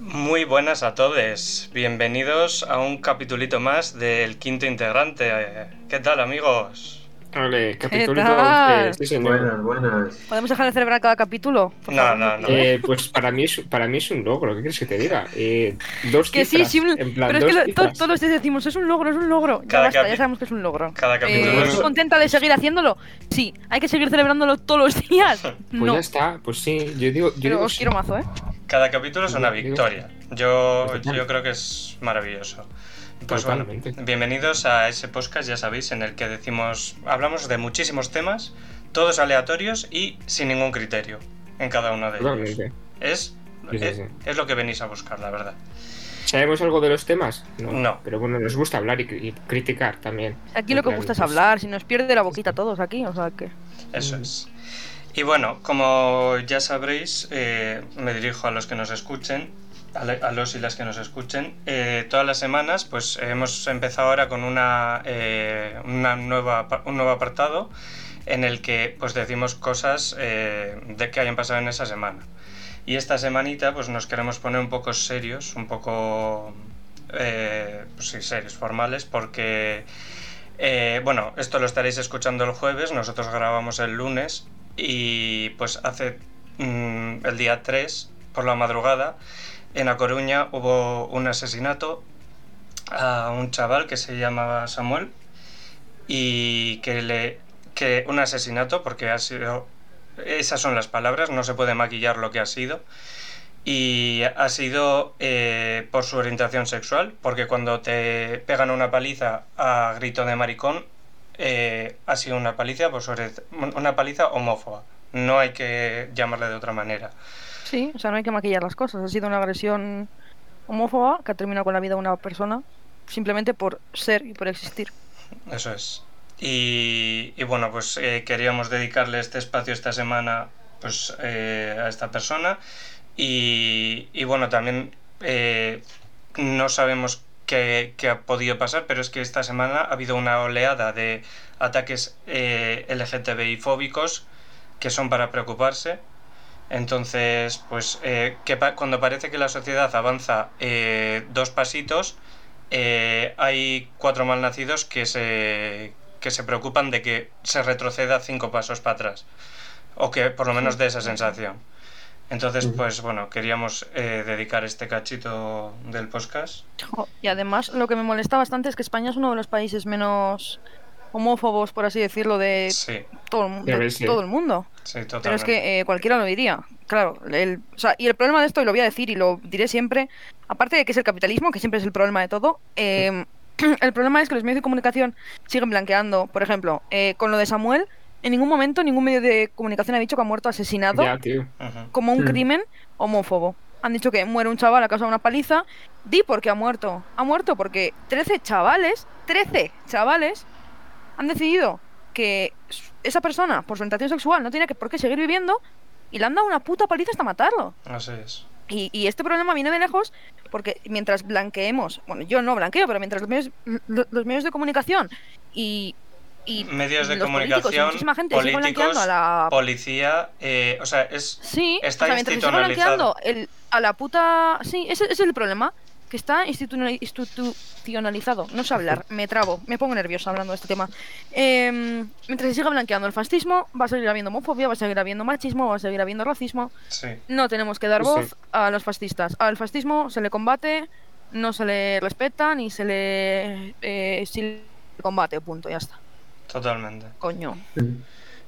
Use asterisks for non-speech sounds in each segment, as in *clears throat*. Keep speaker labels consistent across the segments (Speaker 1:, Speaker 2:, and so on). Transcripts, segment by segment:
Speaker 1: Muy buenas a todos, bienvenidos a un capitulito más del quinto integrante. ¿Qué tal amigos?
Speaker 2: Vale, capítulo
Speaker 3: tal?
Speaker 2: 11. Sí, señor.
Speaker 4: Buenas, buenas.
Speaker 3: ¿Podemos dejar de celebrar cada capítulo? Por
Speaker 1: No,
Speaker 3: favor?
Speaker 1: no, no.
Speaker 2: Eh, pues para mí, es, para mí es un logro, ¿qué quieres que te diga? Eh, dos
Speaker 3: Que sí,
Speaker 2: cifras,
Speaker 3: sí, un-
Speaker 2: en plan,
Speaker 3: pero es que
Speaker 2: dos
Speaker 3: lo- to-
Speaker 2: cifras.
Speaker 3: todos los días decimos, es un logro, es un logro. Ya
Speaker 1: Cada
Speaker 3: basta,
Speaker 1: capi-
Speaker 3: ya sabemos que es un logro.
Speaker 1: Cada capítulo
Speaker 3: Eh,
Speaker 2: es-
Speaker 3: ¿Estás contenta de seguir haciéndolo? Sí. ¿Hay que seguir celebrándolo todos los
Speaker 2: *laughs*
Speaker 3: días?
Speaker 2: Pues
Speaker 3: No.
Speaker 2: ya está, pues sí, yo digo... Yo
Speaker 3: Pero
Speaker 2: digo
Speaker 3: os
Speaker 2: sí.
Speaker 3: quiero mazo, ¿eh?
Speaker 1: Cada capítulo es una
Speaker 2: Digo-
Speaker 1: victoria. Yo,
Speaker 2: Total.
Speaker 1: yo creo que es maravilloso. Pues bueno,
Speaker 2: Totalmente.
Speaker 1: bienvenidos a ese podcast, ya sabéis, en el que decimos, hablamos de muchísimos temas, todos aleatorios y sin ningún criterio en cada uno de ellos.
Speaker 2: Totalmente.
Speaker 1: Es,
Speaker 2: Sí, sí,
Speaker 1: es,
Speaker 2: sí.
Speaker 1: es lo que venís a buscar, la verdad.
Speaker 2: ¿Sabemos algo de los temas?
Speaker 1: No.
Speaker 2: Pero bueno, nos gusta hablar y, cri- y criticar también.
Speaker 3: Aquí lo que
Speaker 2: En plan,
Speaker 3: gusta es
Speaker 2: pues,
Speaker 3: hablar, si nos pierde la boquita a todos aquí, o sea que...
Speaker 1: Eso
Speaker 2: Mm.
Speaker 1: es. Y bueno, como ya sabréis, eh, me dirijo a los que nos escuchen, a, la- a los y las que nos escuchen. Eh, todas las semanas, pues hemos empezado ahora con una, eh, una nueva, pa- un nuevo apartado en el que pues decimos cosas eh, de que hayan pasado en esa semana. Y esta semanita, pues nos queremos poner un poco serios, un poco, eh, pues, sí, serios, formales, porque eh, bueno, esto lo estaréis escuchando el jueves, nosotros grabamos el lunes y pues hace mm, el día 3, por la madrugada, en A Coruña hubo un asesinato a un chaval que se llamaba Samuel y que le... que un asesinato porque ha sido... Esas son las palabras, no se puede maquillar lo que ha sido. Y ha sido eh, por su orientación sexual, porque cuando te pegan una paliza a grito de maricón, eh, ha sido una paliza, por su ori- una paliza homófoba. No hay que llamarle de otra manera.
Speaker 3: Sí, o sea, no hay que maquillar las cosas. Ha sido una agresión homófoba que ha terminado con la vida de una persona simplemente por ser y por existir.
Speaker 1: Eso es. Y, y bueno, pues eh, queríamos dedicarle este espacio esta semana pues, eh, a esta persona. Y, y bueno, también eh, no sabemos qué, qué ha podido pasar, pero es que esta semana ha habido una oleada de ataques eh, LGTBI fóbicos que son para preocuparse. Entonces, pues eh, que pa- cuando parece que la sociedad avanza eh, dos pasitos, eh, hay cuatro malnacidos que se, que se preocupan de que se retroceda cinco pasos para atrás. O que por lo menos dé esa sensación. Entonces,
Speaker 2: Ujú.
Speaker 1: pues bueno, queríamos eh, dedicar este cachito del podcast.
Speaker 3: Jo, Y además, lo que me molesta bastante es que España es uno de los países menos homófobos, por así decirlo, de
Speaker 1: Sí,
Speaker 3: todo el, mu-
Speaker 2: Ya
Speaker 3: de
Speaker 2: ves, sí.
Speaker 3: todo el mundo.
Speaker 1: sí, totalmente.
Speaker 3: Pero es que eh, cualquiera lo diría. Claro, el, o sea, y el problema de esto, y lo voy a decir y lo diré siempre, aparte de que es el capitalismo, que siempre es el problema de todo, eh, *clears throat* el problema es que los medios de comunicación siguen blanqueando. Por ejemplo, eh, con lo de Samuel, en ningún momento ningún medio de comunicación ha dicho que ha muerto asesinado
Speaker 2: Ya, tío.
Speaker 1: Ujú.
Speaker 3: como un
Speaker 4: Mm.
Speaker 3: crimen homófobo. Han dicho que muere un chaval a causa de una paliza. Di porque ha muerto. Ha muerto porque 13 chavales, 13 chavales, han decidido que s- esa persona, por su orientación sexual, no tiene que, por qué seguir viviendo y le han dado una puta paliza hasta matarlo.
Speaker 1: Así es.
Speaker 3: Y, y este problema viene de lejos porque mientras blanqueemos, bueno, yo no blanqueo, pero mientras los medios, lo- los medios de comunicación y, y
Speaker 1: Medios de
Speaker 3: los políticos y
Speaker 1: comunicación,
Speaker 3: muchísima gente sigue
Speaker 1: políticos,
Speaker 3: blanqueando a la
Speaker 1: policía, eh, o sea, es
Speaker 3: Sí,
Speaker 1: Está
Speaker 3: o sea, mientras se siga
Speaker 1: institucionalizado.
Speaker 3: blanqueando el, a la puta. Sí, ese, ese es el problema. Que está institucionali- institucionalizado. No sé hablar, me trabo, me pongo nerviosa hablando de este tema. Em, mientras se siga blanqueando el fascismo, va a seguir habiendo homofobia, va a seguir habiendo machismo, va a seguir habiendo racismo.
Speaker 1: sí,
Speaker 3: No tenemos que dar
Speaker 2: Sí, sí.
Speaker 3: voz a los fascistas. Al fascismo se le combate, no se le respeta, ni se le. Eh, se le combate, punto, ya está.
Speaker 1: totalmente.
Speaker 3: Coño.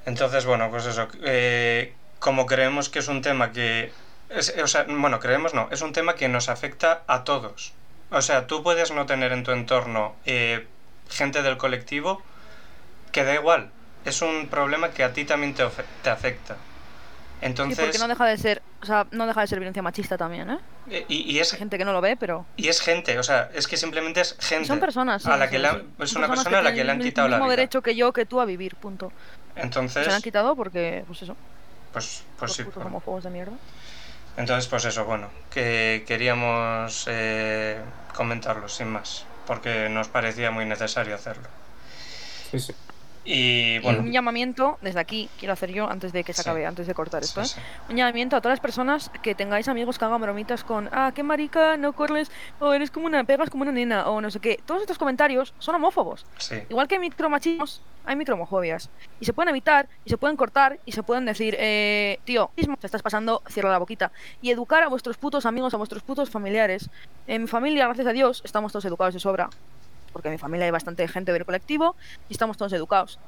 Speaker 1: Entonces, bueno, pues eso. eh, como creemos que es un tema que. es- eh, o sea, bueno, creemos no. Es un tema que nos afecta a todos. O sea, tú puedes no tener en tu entorno eh, gente del colectivo que da igual. Es un problema que a ti también te, ofe- te afecta.
Speaker 3: Sí,
Speaker 1: Entonces.
Speaker 3: porque no deja de ser. O sea, no deja de ser violencia machista también, ¿eh?
Speaker 1: eh, y, y es,
Speaker 3: Hay gente que no lo ve, pero.
Speaker 1: y es gente. O sea, es que simplemente es gente.
Speaker 3: Son personas. sí,
Speaker 1: a la
Speaker 3: sí,
Speaker 1: que le han-
Speaker 3: sí.
Speaker 1: es
Speaker 3: Son
Speaker 1: una
Speaker 3: personas
Speaker 1: persona a la que
Speaker 3: tienen
Speaker 1: le han
Speaker 3: el
Speaker 1: quitado la
Speaker 3: mismo
Speaker 1: vida.
Speaker 3: derecho que yo que tú a vivir, punto.
Speaker 1: Entonces.
Speaker 3: Se la han quitado porque, pues eso,
Speaker 1: Pues, pues
Speaker 3: los
Speaker 1: sí.
Speaker 3: putos
Speaker 1: por-
Speaker 3: homófobos de mierda.
Speaker 1: Entonces, pues eso, bueno, que queríamos eh, comentarlo, sin más, porque nos parecía muy necesario hacerlo.
Speaker 2: Sí, sí.
Speaker 1: Y
Speaker 3: Y
Speaker 1: bueno,
Speaker 3: un llamamiento desde aquí quiero hacer yo antes de que se
Speaker 1: Sí.
Speaker 3: acabe, antes de cortar esto.
Speaker 1: sí,
Speaker 3: ¿eh?
Speaker 1: sí.
Speaker 3: Un llamamiento a todas las personas que tengáis amigos que hagan bromitas con ah, qué marica, no corres, o eres como una, pegas como una nena, o no sé qué. Todos estos comentarios son homófobos.
Speaker 1: Sí.
Speaker 3: Igual que hay micromachismos, hay micromofobias. Y se pueden evitar, y se pueden cortar, y se pueden decir, eh, tío, mismo, te estás pasando, cierra la boquita. Y educar a vuestros putos amigos, a vuestros putos familiares. En mi familia, gracias a Dios, estamos todos educados de sobra. Porque en mi familia hay bastante gente del colectivo y estamos todos educados.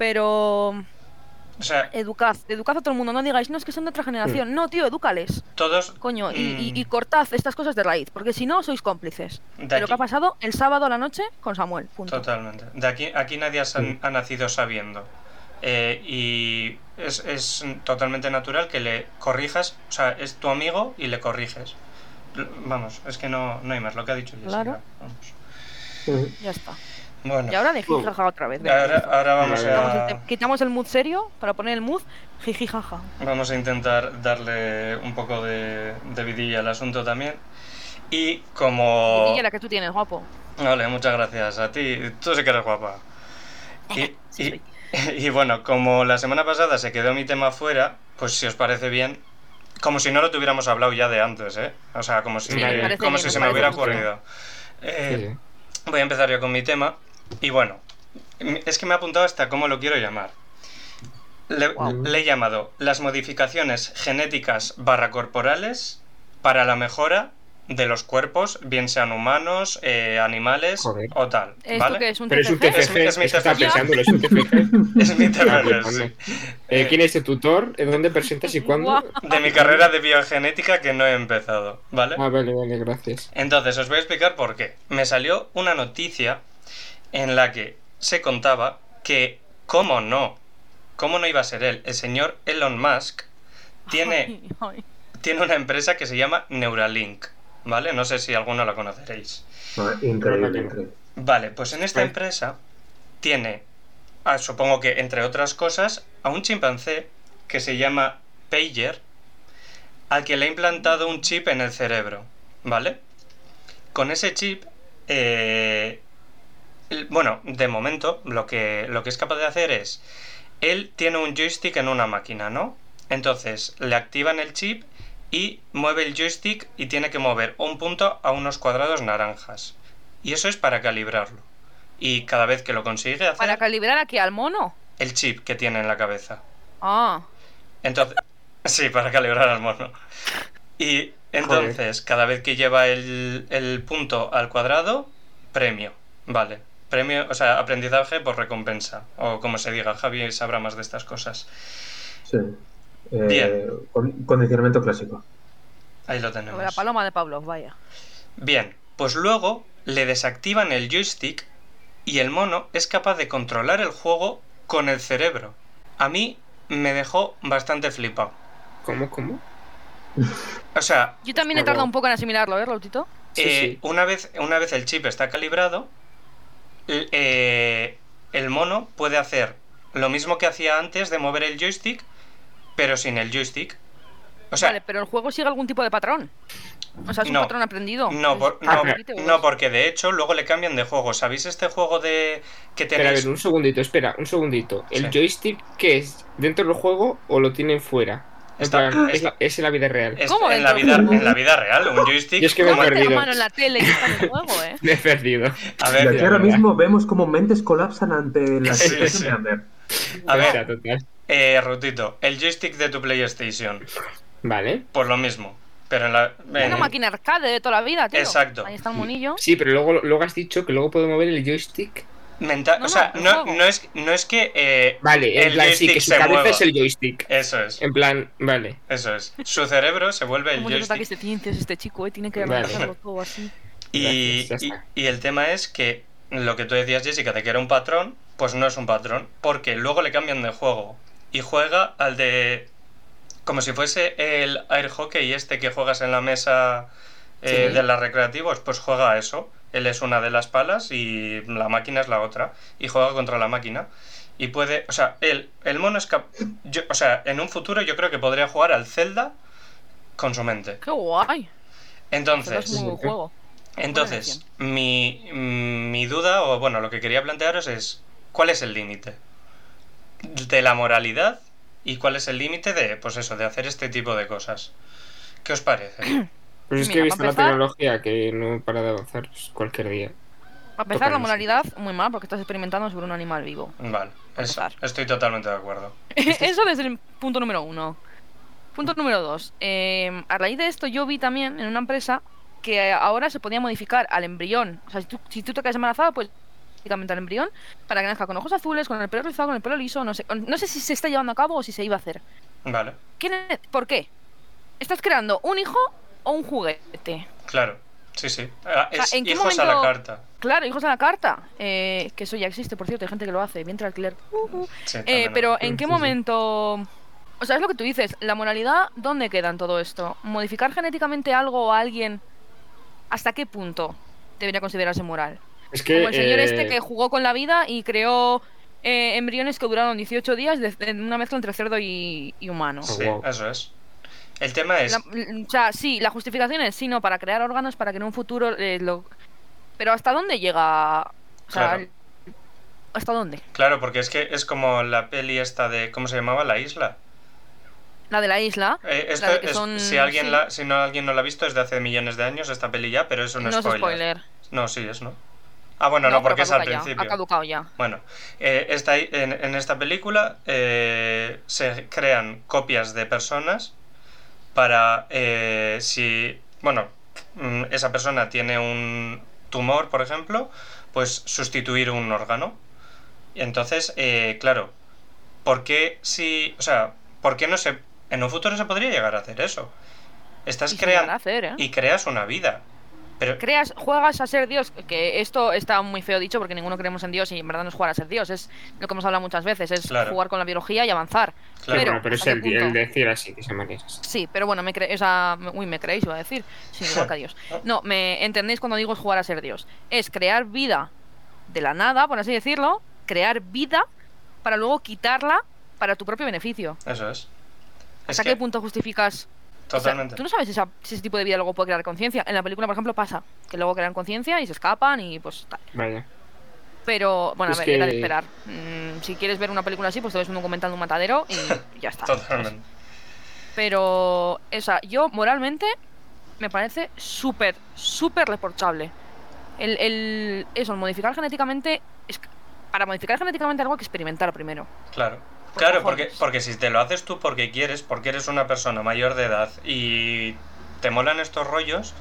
Speaker 3: Pero
Speaker 1: O sea,
Speaker 3: educad, educad a todo el mundo, no digáis, no, es que son de otra generación. No, tío, edúcales,
Speaker 1: todos
Speaker 3: coño, y, y-
Speaker 1: Mm.
Speaker 3: y cortad estas cosas de raíz, porque si no, sois cómplices.
Speaker 1: de
Speaker 3: De lo
Speaker 1: aquí,
Speaker 3: que ha pasado el sábado a la noche con Samuel, punto.
Speaker 1: totalmente. De aquí, aquí nadie has-
Speaker 2: Mm.
Speaker 1: ha nacido sabiendo. Eh, y es, es totalmente natural que le corrijas, o sea, es tu amigo y le corriges. L- Vamos, es que no, no hay más, lo que ha dicho Jessica.
Speaker 3: Claro.
Speaker 1: Vamos.
Speaker 3: Ya está.
Speaker 1: Bueno,
Speaker 3: Y ahora de
Speaker 2: Bueno.
Speaker 3: jijaja otra vez. venga,
Speaker 1: ahora,
Speaker 3: por favor.
Speaker 1: ahora vamos
Speaker 2: Vale.
Speaker 3: Quitamos el,
Speaker 1: a...
Speaker 3: te- quitamos el mood serio para poner el mood jijijaja.
Speaker 1: Vamos a intentar darle un poco de, de vidilla al asunto también. Y como...
Speaker 3: Y la que tú tienes, guapo.
Speaker 1: Vale, muchas gracias a ti. Tú sí que eres
Speaker 3: *laughs*
Speaker 1: guapa. Y,
Speaker 3: Sí
Speaker 1: y-
Speaker 3: soy.
Speaker 1: *laughs* y bueno, como la semana pasada se quedó mi tema fuera, pues si os parece bien, como si no lo tuviéramos hablado ya de antes, ¿eh? O sea, como si,
Speaker 2: Sí, me parece
Speaker 1: como
Speaker 3: bien,
Speaker 1: si
Speaker 3: me
Speaker 1: se me
Speaker 3: parece
Speaker 1: hubiera
Speaker 3: justo.
Speaker 1: ocurrido. Eh,
Speaker 2: Sí, sí.
Speaker 1: Voy a empezar yo con mi tema. Y bueno, m- es que me ha apuntado hasta cómo lo quiero llamar. Le,
Speaker 2: Wow.
Speaker 1: le he llamado las modificaciones genéticas barra corporales para la mejora de los cuerpos, bien sean humanos, eh, animales
Speaker 2: Joder.
Speaker 1: o tal.
Speaker 3: ¿Esto
Speaker 1: ¿vale?
Speaker 3: qué es un
Speaker 2: Pero es un
Speaker 3: TCG?
Speaker 2: TCG,
Speaker 1: Es mi- es mi
Speaker 2: es que estaba
Speaker 1: TCG.
Speaker 2: pensándolo, es un
Speaker 1: *laughs*
Speaker 2: TCG.
Speaker 1: Es mi
Speaker 2: Ah,
Speaker 1: terreno,
Speaker 2: pues,
Speaker 1: sí.
Speaker 2: *laughs* vale. Eh, ¿Quién es tu tutor? ¿En dónde presentas y cuándo?
Speaker 3: Guau.
Speaker 1: De mi carrera de biogenética que no he empezado, ¿vale?
Speaker 2: Ah, vale, vale, gracias.
Speaker 1: Entonces, os voy a explicar por qué. Me salió una noticia en la que se contaba que, ¿cómo no? ¿Cómo no iba a ser él? El señor Elon Musk *laughs* tiene,
Speaker 3: Ay, ay.
Speaker 1: tiene una empresa que se llama Neuralink, ¿vale? No sé si alguno la conoceréis.
Speaker 4: Ah, Increíble, increíble.
Speaker 1: Vale, pues en esta
Speaker 2: Sí.
Speaker 1: empresa tiene, ah, supongo que entre otras cosas, a un chimpancé que se llama Pager, al que le ha implantado un chip en el cerebro, ¿vale? Con ese chip, eh, el- bueno, de momento lo que, lo que es capaz de hacer es, él tiene un joystick en una máquina, ¿no? Entonces le activan el chip y mueve el joystick y tiene que mover un punto a unos cuadrados naranjas. Y eso es para calibrarlo. Y cada vez que lo consigue hacer
Speaker 3: Para calibrar aquí al mono.
Speaker 1: el chip que tiene en la cabeza.
Speaker 3: Ah,
Speaker 1: Entonces, *laughs* sí, para calibrar al mono. Y entonces, cada vez que lleva el, el punto al cuadrado, premio. Vale. Premio, o sea, aprendizaje por recompensa. O como se diga, Javi sabrá más de estas cosas.
Speaker 4: Sí. Eh,
Speaker 1: Bien.
Speaker 4: con- condicionamiento clásico.
Speaker 1: Ahí lo
Speaker 3: lo de la
Speaker 1: tenemos.
Speaker 3: paloma de Pablo, vaya.
Speaker 1: Bien, pues luego le desactivan el joystick y el mono es capaz de controlar el juego con el cerebro. A mí me dejó bastante flipado.
Speaker 2: ¿Cómo, cómo?
Speaker 1: O sea,
Speaker 3: Yo también he
Speaker 2: Pero-
Speaker 3: tardado un poco en asimilarlo, ¿eh, Rautito?
Speaker 2: Sí,
Speaker 1: Eh,
Speaker 2: sí.
Speaker 1: Una, vez, una vez el chip está calibrado, l- eh, el mono puede hacer lo mismo que hacía antes de mover el joystick, pero sin el joystick. O sea,
Speaker 3: vale, pero el juego sigue algún tipo de patrón. O sea, es un
Speaker 1: No.
Speaker 3: patrón aprendido.
Speaker 1: no, por-
Speaker 3: Es-
Speaker 1: no,
Speaker 3: Ah, repite, o
Speaker 1: no,
Speaker 3: es-
Speaker 1: porque de hecho luego le cambian de juego. ¿Sabéis este juego de que
Speaker 2: Espera, a
Speaker 1: tenéis?
Speaker 2: ver, un segundito, espera, un segundito. ¿El
Speaker 1: Sí.
Speaker 2: joystick qué es? ¿Dentro del juego o lo tienen fuera? En
Speaker 1: Está- Eh,
Speaker 2: plan,
Speaker 1: está-
Speaker 2: es, es en la vida real.
Speaker 1: Es-
Speaker 3: ¿Cómo
Speaker 1: en, la
Speaker 3: dentro
Speaker 1: vida,
Speaker 3: del juego?
Speaker 1: en la vida real, un joystick.
Speaker 2: Yo es que me he
Speaker 3: No mete la
Speaker 2: perdido.
Speaker 3: mano en la tele y está en el juego,
Speaker 1: *laughs*
Speaker 3: ¿eh?
Speaker 2: *laughs* Me he perdido.
Speaker 1: A
Speaker 4: Y
Speaker 1: ver,
Speaker 4: aquí
Speaker 2: ya,
Speaker 4: ahora
Speaker 2: ya.
Speaker 4: mismo vemos cómo mentes colapsan
Speaker 1: *laughs*
Speaker 4: ante la
Speaker 1: Sí,
Speaker 4: situación
Speaker 1: sí.
Speaker 4: de Ander.
Speaker 1: a
Speaker 2: Espera,
Speaker 1: ver,
Speaker 2: total.
Speaker 1: eh, Rutito, el joystick de tu PlayStation,
Speaker 2: Vale.
Speaker 1: por lo mismo. Pero en la.
Speaker 3: Una
Speaker 1: en-
Speaker 3: máquina arcade de toda la vida, tío.
Speaker 1: Exacto.
Speaker 3: Ahí está el monillo.
Speaker 2: Sí, pero luego, luego has dicho que luego puedo mover el joystick.
Speaker 1: Mental,
Speaker 3: No,
Speaker 1: o sea,
Speaker 3: no,
Speaker 1: no,
Speaker 3: juego.
Speaker 1: no es, no es que. eh,
Speaker 2: Vale, en
Speaker 1: El
Speaker 2: plan, sí,
Speaker 1: joystick
Speaker 2: que su
Speaker 1: se
Speaker 2: cabeza
Speaker 1: mueva.
Speaker 2: es el joystick.
Speaker 1: Eso es,
Speaker 2: En plan, vale.
Speaker 1: eso es. Su cerebro se vuelve el
Speaker 3: Con muchos ataques
Speaker 1: joystick.
Speaker 3: de dientes este chico, eh. Tiene que
Speaker 2: Vale.
Speaker 3: arrancarlo todo así.
Speaker 1: Y,
Speaker 2: Gracias,
Speaker 1: y,
Speaker 2: ya está.
Speaker 1: y el tema es que lo que tú decías, Jessica, de que era un patrón, pues no es un patrón, porque luego le cambian de juego y juega al de. Como si fuese el air hockey este que juegas en la mesa eh,
Speaker 2: Sí.
Speaker 1: de las recreativos, pues juega a eso. Él es una de las palas y la máquina es la otra. Y juega contra la máquina. Y puede, o sea, él, el mono es cap- yo- o sea, en un futuro yo creo que podría jugar al Zelda con su mente.
Speaker 3: ¡Qué guay! Eso es
Speaker 1: Entonces,
Speaker 3: muy buen juego.
Speaker 1: entonces mi, mi duda, o bueno, lo que quería plantearos es, ¿cuál es el límite? de la moralidad y cuál es el límite de, pues eso, de hacer este tipo de cosas. ¿Qué os
Speaker 3: *clears throat*
Speaker 1: parece?
Speaker 2: Pues es que he
Speaker 3: Mira, para
Speaker 2: visto la
Speaker 3: empezar-
Speaker 2: tecnología que no para de avanzar pues, cualquier día.
Speaker 3: A pesar la
Speaker 2: Totalmente.
Speaker 3: moralidad, muy mal, porque estás experimentando sobre un animal vivo.
Speaker 1: Vale, es-
Speaker 3: Empezar.
Speaker 1: estoy totalmente de acuerdo.
Speaker 3: *laughs* Eso desde el punto número uno. Punto número dos. eh, a raíz de esto yo vi también en una empresa que ahora se podía modificar al embrión. O sea, si tú, si tú te quedas embarazada, pues prácticamente al embrión, para que nazca con ojos azules, con el pelo rizado, con el pelo liso, no sé, no sé si se está llevando a cabo o si se iba a hacer.
Speaker 1: Vale,
Speaker 3: ¿Quién es- ¿Por qué? ¿Estás creando un hijo o un juguete?
Speaker 1: claro. Sí, sí. Ah,
Speaker 3: sea,
Speaker 1: Es
Speaker 3: ¿en qué
Speaker 1: hijos a la
Speaker 3: momento-
Speaker 1: carta.
Speaker 3: Claro, hijos a la carta. eh, que eso ya existe, por cierto, hay gente que lo hace, vientre de alquiler. Uh, uh.
Speaker 1: Sí,
Speaker 3: Eh,
Speaker 1: también
Speaker 3: pero
Speaker 1: lo-
Speaker 3: ¿en qué
Speaker 2: Sí, sí.
Speaker 3: momento...? O sea, es lo que tú dices, la moralidad, ¿dónde queda en todo esto? ¿Modificar genéticamente algo o a alguien, hasta qué punto debería considerarse moral?
Speaker 2: Es que.
Speaker 3: Como el señor
Speaker 2: eh,
Speaker 3: este que jugó con la vida y creó eh, embriones que duraron 18 días de- en una mezcla entre cerdo y, y humano.
Speaker 1: Sí,
Speaker 2: Wow.
Speaker 1: eso es. El tema es...
Speaker 3: La- l- o sea, sí, la justificación es sí, no, para crear órganos para que en un futuro eh, lo... Pero ¿hasta dónde llega? O sea,
Speaker 1: Claro.
Speaker 3: el- ¿hasta dónde?
Speaker 1: Claro, porque es que es como la peli esta de... ¿Cómo se llamaba? La isla.
Speaker 3: La de la isla.
Speaker 1: Eh, esto
Speaker 3: La de que
Speaker 1: es-
Speaker 3: son-
Speaker 1: si alguien
Speaker 3: sí.
Speaker 1: la, si no alguien no la ha visto es de hace millones de años esta peli ya, pero es un
Speaker 3: no
Speaker 1: spoiler.
Speaker 3: es spoiler.
Speaker 1: No, sí es, ¿no? Ah, bueno, no,
Speaker 3: pero
Speaker 1: porque es al
Speaker 3: caduca ya, Ha
Speaker 1: principio.
Speaker 3: caducado ya.
Speaker 1: Bueno, eh, esta- en, en esta película eh, se crean copias de personas para eh, si, bueno, mm, esa persona tiene un tumor, por ejemplo, pues sustituir un órgano. Y entonces, eh, claro, ¿por qué si, o sea, por qué no se, en un futuro se podría llegar a hacer eso? Estás
Speaker 3: Y se llegará a
Speaker 1: creando
Speaker 3: hacer, ¿eh?
Speaker 1: y creas una vida. Pero,
Speaker 3: Creas, juegas a ser Dios, que esto está muy feo dicho porque ninguno creemos en Dios y en verdad no es jugar a ser Dios, es lo que hemos hablado muchas veces, es
Speaker 1: Claro.
Speaker 3: jugar con la biología y avanzar.
Speaker 2: pero
Speaker 1: claro,
Speaker 2: bueno, pero es
Speaker 3: ¿hasta
Speaker 2: el,
Speaker 3: qué punto?
Speaker 2: el decir así, que se maneja.
Speaker 3: Sí, pero bueno, me creéis, uy, me creéis, iba a decir. Sí, igual que
Speaker 1: *laughs*
Speaker 3: a Dios. No, me entendéis cuando digo es jugar a ser Dios. Es crear vida de la nada, por así decirlo, crear vida para luego quitarla para tu propio beneficio.
Speaker 1: eso es. Es
Speaker 3: ¿Hasta
Speaker 1: que-
Speaker 3: qué punto justificas? o sea,
Speaker 1: Totalmente.
Speaker 3: tú no sabes esa- si ese tipo de vida luego puede crear conciencia. En la película, por ejemplo, pasa que luego crean conciencia y se escapan y pues tal.
Speaker 2: Vaya.
Speaker 3: Pero, bueno,
Speaker 2: Es
Speaker 3: a ver, era de
Speaker 2: que-
Speaker 3: esperar. Mm, si quieres ver una película así, pues te ves un documental de un matadero
Speaker 1: *laughs*
Speaker 3: y ya está.
Speaker 1: Totalmente.
Speaker 3: Pero, o sea, yo moralmente me parece súper, súper reprochable. El, el- eso, el modificar genéticamente. es que- para modificar genéticamente algo hay que experimentar primero.
Speaker 1: Claro.
Speaker 3: Por
Speaker 1: Claro,
Speaker 3: cojones.
Speaker 1: porque, porque si te lo haces tú porque quieres, porque eres una persona mayor de edad y te molan estos rollos,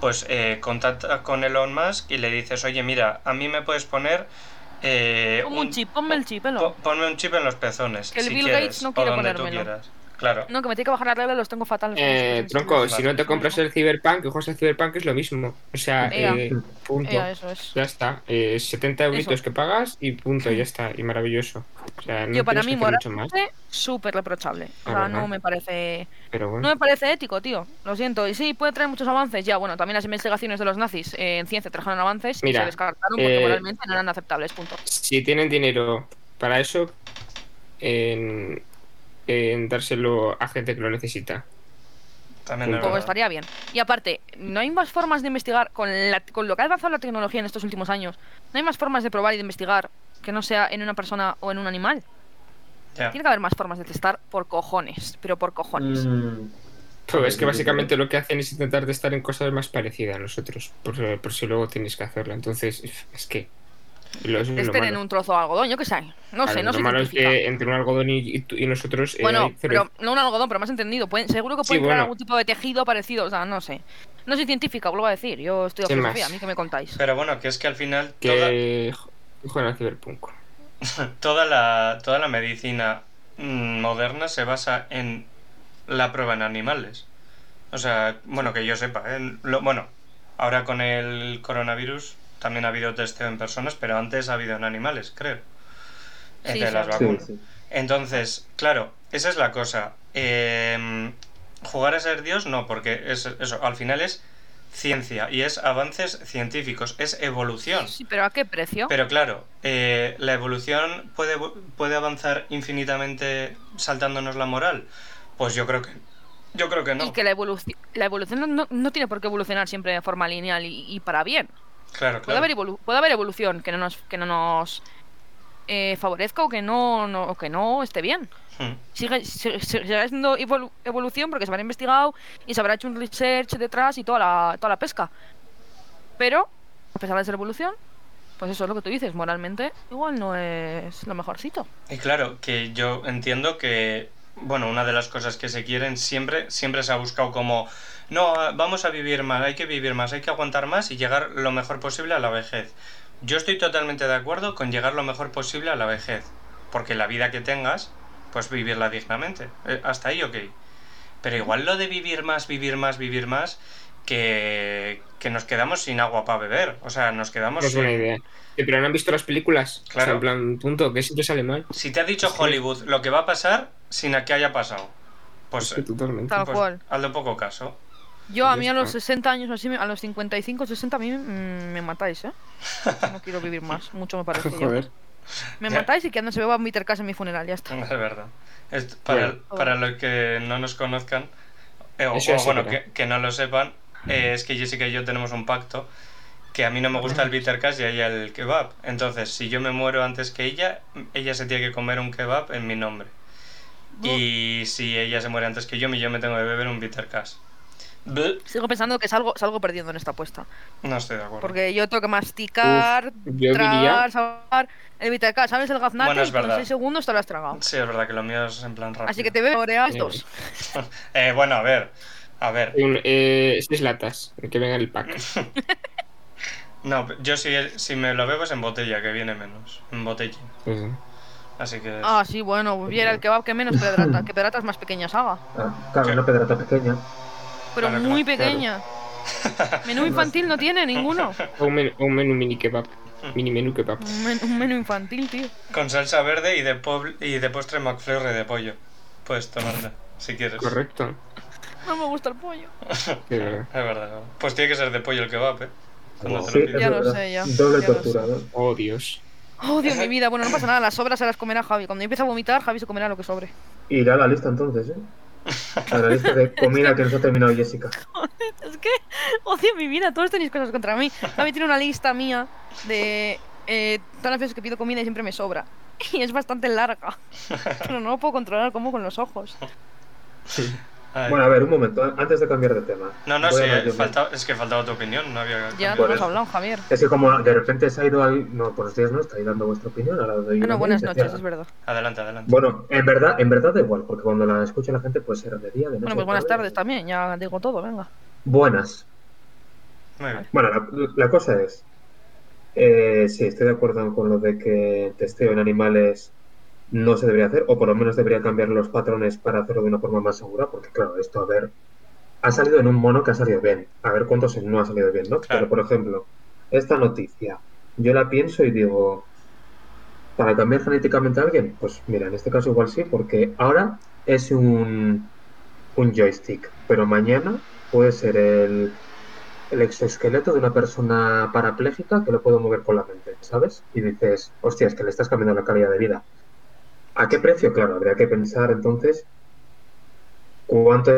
Speaker 1: pues eh, contacta con Elon Musk y le dices, oye, mira, a mí me puedes poner eh,
Speaker 3: Ponme un chip, ponme el chip,
Speaker 1: po-
Speaker 3: ¿no?
Speaker 1: ponme un chip en los pezones.
Speaker 3: Que el
Speaker 1: si
Speaker 3: Bill
Speaker 1: quieres,
Speaker 3: Gates no
Speaker 1: o
Speaker 3: quiere
Speaker 1: donde tú
Speaker 3: ponérmelo.
Speaker 1: quieras. Claro.
Speaker 3: No, que me tiene que bajar la regla, los tengo fatal. los tengo
Speaker 2: Eh,
Speaker 3: sin- sin-
Speaker 2: tronco,
Speaker 1: Vale.
Speaker 2: si no te compras el Cyberpunk y juegas al Cyberpunk es lo mismo. O sea,
Speaker 3: Ea.
Speaker 2: eh, punto.
Speaker 3: Ea, eso es.
Speaker 2: Ya está. Eh, 70 euritos
Speaker 3: Eso.
Speaker 2: que pagas y punto, ya está. Y maravilloso. O sea, no
Speaker 3: Yo, para
Speaker 2: tienes
Speaker 3: mí,
Speaker 2: que hacer mucho más.
Speaker 3: moralmente, súper reprochable. O
Speaker 2: Claro,
Speaker 3: sea, no
Speaker 2: ¿no?
Speaker 3: me parece.
Speaker 2: Pero bueno.
Speaker 3: No me parece ético, tío. Lo siento. Y sí, puede traer muchos avances. Ya, bueno, también las investigaciones de los nazis eh, en ciencia trajeron avances y
Speaker 2: Mira,
Speaker 3: se descartaron porque
Speaker 2: eh,
Speaker 3: moralmente no eran aceptables. Punto.
Speaker 2: si tienen dinero para eso, en, en dárselo a gente que lo necesita.
Speaker 1: También es
Speaker 2: Poco
Speaker 3: Como
Speaker 1: verdad.
Speaker 3: estaría bien. Y aparte, ¿no hay más formas de investigar con, la- con lo que ha avanzado la tecnología en estos últimos años? ¿No hay más formas de probar y de investigar que no sea en una persona o en un animal?
Speaker 1: Ya.
Speaker 3: Tiene que haber más formas de testar por cojones, pero por cojones.
Speaker 4: Mm,
Speaker 2: Pero es que básicamente lo que hacen es intentar de estar en cosas más parecidas a nosotros, por, por si luego tienes que hacerlo. Entonces, es que... Lo, eso es lo
Speaker 3: Testen en
Speaker 2: malo.
Speaker 3: un trozo de algodón, yo qué sé. No
Speaker 2: Claro,
Speaker 3: sé, no
Speaker 2: lo
Speaker 3: sé.
Speaker 2: malo es que entre un algodón y, y tú- y nosotros... eh,
Speaker 3: Bueno,
Speaker 2: hay cero-
Speaker 3: pero no un algodón, pero más entendido. Pueden, seguro que
Speaker 2: Sí,
Speaker 3: pueden crear
Speaker 2: bueno.
Speaker 3: algún tipo de tejido parecido, o sea, no sé. No soy científica, vuelvo a decir. Yo estudio
Speaker 2: Sin
Speaker 3: filosofía,
Speaker 2: más.
Speaker 3: a mí que me contáis.
Speaker 1: Pero bueno, que es que al final toda-
Speaker 2: que juegan al Cyberpunk.
Speaker 1: toda la, toda la medicina mm, moderna se basa en la prueba en animales. O sea, bueno, que yo sepa. ¿eh? Lo- bueno, ahora con el coronavirus también ha habido testeo en personas, pero antes ha habido en animales, creo. Eh,
Speaker 3: Sí,
Speaker 1: de
Speaker 3: sí.
Speaker 1: las
Speaker 4: sí,
Speaker 1: vacunas.
Speaker 4: sí.
Speaker 1: Entonces, claro, esa es la cosa. Eh, jugar a ser Dios no, porque es, eso, al final es ciencia y es avances científicos, es evolución.
Speaker 3: Sí, pero ¿a qué precio?
Speaker 1: Pero claro, eh, la evolución puede, puede avanzar infinitamente saltándonos la moral. Pues yo creo que yo creo que no.
Speaker 3: Y que la evolución, la evolución no- no, no tiene por qué evolucionar siempre de forma lineal y, y para bien.
Speaker 1: Claro, claro.
Speaker 3: Puede, haber evolu- puede haber evolución que no nos, que no nos eh, favorezca o que no, no- o que no esté bien.
Speaker 1: Hmm.
Speaker 3: Sigue, se- se- seguirá siendo evolu- evolución porque se habrá investigado y se habrá hecho un research detrás y toda la, toda la pesca. Pero, a pesar de ser evolución, pues eso es lo que tú dices, moralmente igual no es lo mejorcito.
Speaker 1: Y claro, que yo entiendo que, bueno, una de las cosas que se quieren siempre, siempre se ha buscado como, no, ah, vamos a vivir más, hay que vivir más, hay que aguantar más y llegar lo mejor posible a la vejez. Yo estoy totalmente de acuerdo con llegar lo mejor posible a la vejez, porque la vida que tengas, pues vivirla dignamente. Eh, hasta ahí, ok. Pero igual lo de vivir más, vivir más, vivir más, que, que nos quedamos sin agua para beber. O sea, nos quedamos
Speaker 2: No es
Speaker 1: sin-
Speaker 2: buena idea. Sí, Pero no han visto las películas. O sea,
Speaker 1: Claro.
Speaker 2: en plan, punto, que siempre sale mal.
Speaker 1: Si te ha dicho
Speaker 2: Es que-
Speaker 1: Hollywood lo que va a pasar sin a que haya pasado, pues,
Speaker 2: Es que totalmente.
Speaker 3: Tal
Speaker 1: pues,
Speaker 3: cual.
Speaker 1: hazle poco caso. *laughs*
Speaker 3: Yo a
Speaker 2: Ya
Speaker 3: mí a los
Speaker 2: está.
Speaker 3: 60 años, o así, a los 55, 60, a mí mm, me matáis, ¿eh? No quiero vivir más, mucho
Speaker 2: *laughs*
Speaker 3: me parece. ya.
Speaker 2: Joder.
Speaker 3: Me
Speaker 1: Ya.
Speaker 3: matáis y que no se beba mi tercas en mi funeral, ya está.
Speaker 1: Es verdad. Es- para,
Speaker 2: Bueno.
Speaker 1: para los que no nos conozcan, eh, o,
Speaker 2: Eso ya
Speaker 1: o
Speaker 2: sí,
Speaker 1: bueno,
Speaker 2: pero-
Speaker 1: que, que no lo sepan, eh, es que Jessica y yo tenemos un pacto que a mí no me gusta el bittercast y a ella el kebab. Entonces, si yo me muero antes que ella, ella se tiene que comer un kebab en mi nombre. Y si ella se muere antes que yo, yo me tengo que beber un bittercast. Bl-
Speaker 3: Sigo pensando que salgo, salgo perdiendo en esta apuesta.
Speaker 1: No estoy de acuerdo.
Speaker 3: Porque yo tengo que masticar,
Speaker 2: yo
Speaker 3: tragar,
Speaker 2: diría-
Speaker 3: sacar, evitar acá, ¿sabes? El gaznate
Speaker 1: Bueno, es
Speaker 3: y con
Speaker 1: verdad.
Speaker 3: 6 segundos te lo has tragado.
Speaker 1: Sí, es verdad que lo mío es en plan rápido.
Speaker 3: Así que te veo oreas dos.
Speaker 1: Eh, bueno, a ver. A ver.
Speaker 2: Un, eh, seis latas, que venga el pack.
Speaker 1: No, yo si, si me lo bebo es en botella, que viene menos. En botella.
Speaker 2: Sí, sí.
Speaker 1: Así que.
Speaker 3: Ah, sí, bueno, hubiera el kebab que menos pedrata, que pedratas más pequeñas haga.
Speaker 4: Ah, claro, una pedrata pequeña.
Speaker 3: Pero
Speaker 1: Claro,
Speaker 3: muy
Speaker 1: claro,
Speaker 3: pequeña.
Speaker 1: *laughs*
Speaker 3: Menú infantil no tiene ninguno.
Speaker 2: O un, menú, o un menú mini kebab. Mini menú kebab.
Speaker 3: Un men- un menú infantil, tío.
Speaker 1: Con salsa verde y de, pobl- y de postre McFlurry de pollo. Puedes tomarla, si quieres.
Speaker 2: Correcto.
Speaker 3: No me gusta el pollo.
Speaker 2: Sí, de verdad.
Speaker 1: Es verdad, es verdad. Pues tiene que ser de pollo el kebab, ¿eh? Cuando te
Speaker 4: Sí,
Speaker 1: lo
Speaker 4: es
Speaker 1: pides.
Speaker 3: Ya lo
Speaker 4: verdad.
Speaker 3: sé, ya.
Speaker 4: Doble
Speaker 3: Ya lo
Speaker 4: tortura, ¿no?
Speaker 2: Oh, Dios.
Speaker 3: Odio Oh, mi vida. Bueno, no pasa nada, las sobras se las comerá Javi. Cuando yo empiece a vomitar, Javi se comerá lo que sobre.
Speaker 4: Irá a la lista
Speaker 1: *laughs*
Speaker 4: entonces, ¿eh? A la lista de comida que nos ha terminado Jessica.
Speaker 3: Es que *laughs* odio mi vida, todos tenéis cosas contra mí. Javi tiene una lista mía de eh, todas las veces que pido comida y siempre me sobra. *laughs* Y es bastante larga. Pero no puedo controlar cómo con los ojos.
Speaker 1: Ay.
Speaker 4: Bueno, a ver, un momento, antes de cambiar de tema.
Speaker 1: No, no,
Speaker 4: Voy
Speaker 1: sí,
Speaker 4: a dar
Speaker 1: eh,
Speaker 4: yo-
Speaker 1: faltaba- es que faltaba tu opinión, no había.
Speaker 3: Ya no
Speaker 4: Por
Speaker 3: hemos
Speaker 4: eso.
Speaker 3: hablado, Javier.
Speaker 4: Es que como de repente se ha ido al... No, por los días no, estáis dando vuestra opinión. Ahora doy
Speaker 3: Ah, no,
Speaker 4: la mía
Speaker 3: buenas
Speaker 4: y se
Speaker 3: noches,
Speaker 4: cierra.
Speaker 3: es verdad.
Speaker 1: Adelante, adelante.
Speaker 4: Bueno, en verdad, en verdad da igual, porque cuando la escucha la gente, pues era de día, de noche.
Speaker 3: Bueno, pues
Speaker 4: de
Speaker 3: buenas
Speaker 4: tarde.
Speaker 3: tardes también, ya digo todo, venga.
Speaker 4: Buenas.
Speaker 1: Muy bien.
Speaker 4: Bueno, la, la cosa es. eh, sí, estoy de acuerdo con lo de que testeo en animales no se debería hacer, o por lo menos debería cambiar los patrones para hacerlo de una forma más segura, porque claro, esto, a ver, ha salido en un mono que ha salido bien, a ver cuántos no ha salido bien, ¿no?
Speaker 1: Claro.
Speaker 4: Pero por ejemplo, esta noticia, yo la pienso y digo, ¿para cambiar genéticamente a alguien? Pues mira, en este caso igual sí, porque ahora es un, un joystick, pero mañana puede ser el, el exoesqueleto de una persona parapléjica que lo puedo mover con la mente, ¿sabes? Y dices, hostia, es que le estás cambiando la calidad de vida. ¿A qué precio? Claro, habría que pensar entonces cuánto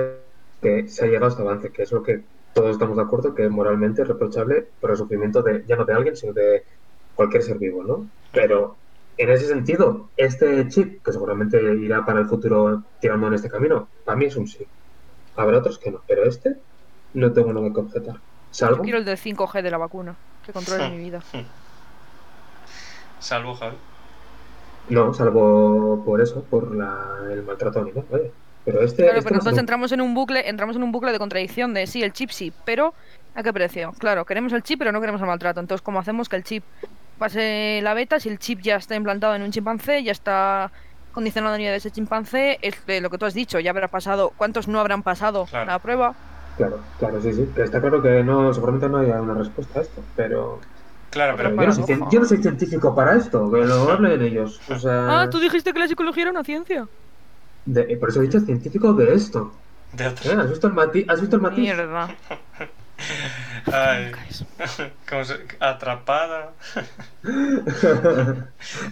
Speaker 4: que se ha llegado a este avance, que es lo que todos estamos de acuerdo que moralmente es reprochable por el sufrimiento de, ya no de alguien, sino de cualquier ser vivo, ¿no? Pero en ese sentido, este chip, que seguramente irá para el futuro tirando en este camino, para mí es un sí. Habrá otros que no, pero este no tengo nada que objetar.
Speaker 3: Yo
Speaker 4: Salvo.
Speaker 3: quiero el del 5G de la vacuna, que controle mi vida.
Speaker 1: Salvo, Javi.
Speaker 4: No, salvo por eso, por la- el maltrato animal, vaya. Pero este.
Speaker 3: Claro,
Speaker 4: este
Speaker 3: pero
Speaker 4: no se
Speaker 3: entonces
Speaker 4: lo-
Speaker 3: entramos en un bucle, entramos en un bucle de contradicción de sí, el chip sí, pero ¿a qué precio? Claro, queremos el chip, pero no queremos el maltrato. Entonces, ¿cómo hacemos que el chip pase la beta si el chip ya está implantado en un chimpancé, ya está condicionado a nivel de ese chimpancé? Es de lo que tú has dicho, ya habrá pasado, ¿cuántos no habrán pasado
Speaker 1: Claro.
Speaker 3: la prueba?
Speaker 4: Claro, claro, sí, sí. Que está claro que no, seguramente no haya una respuesta a esto, pero. eh,
Speaker 1: Claro, pero.
Speaker 3: Pero
Speaker 4: Yo no, soy,
Speaker 3: paradoja.
Speaker 4: cien- yo no soy científico para esto, que lo hablen ellos. O sea,
Speaker 3: Ah, tú dijiste que la psicología era una ciencia.
Speaker 4: de- eh, por eso he dicho científico de esto.
Speaker 1: De otro.
Speaker 4: Eh, ¿Has visto el matiz? ¿Has visto el matiz? *laughs*
Speaker 3: Mierda.
Speaker 4: Ah.
Speaker 1: Ay,
Speaker 3: Nunca es.
Speaker 1: como se- Atrapada.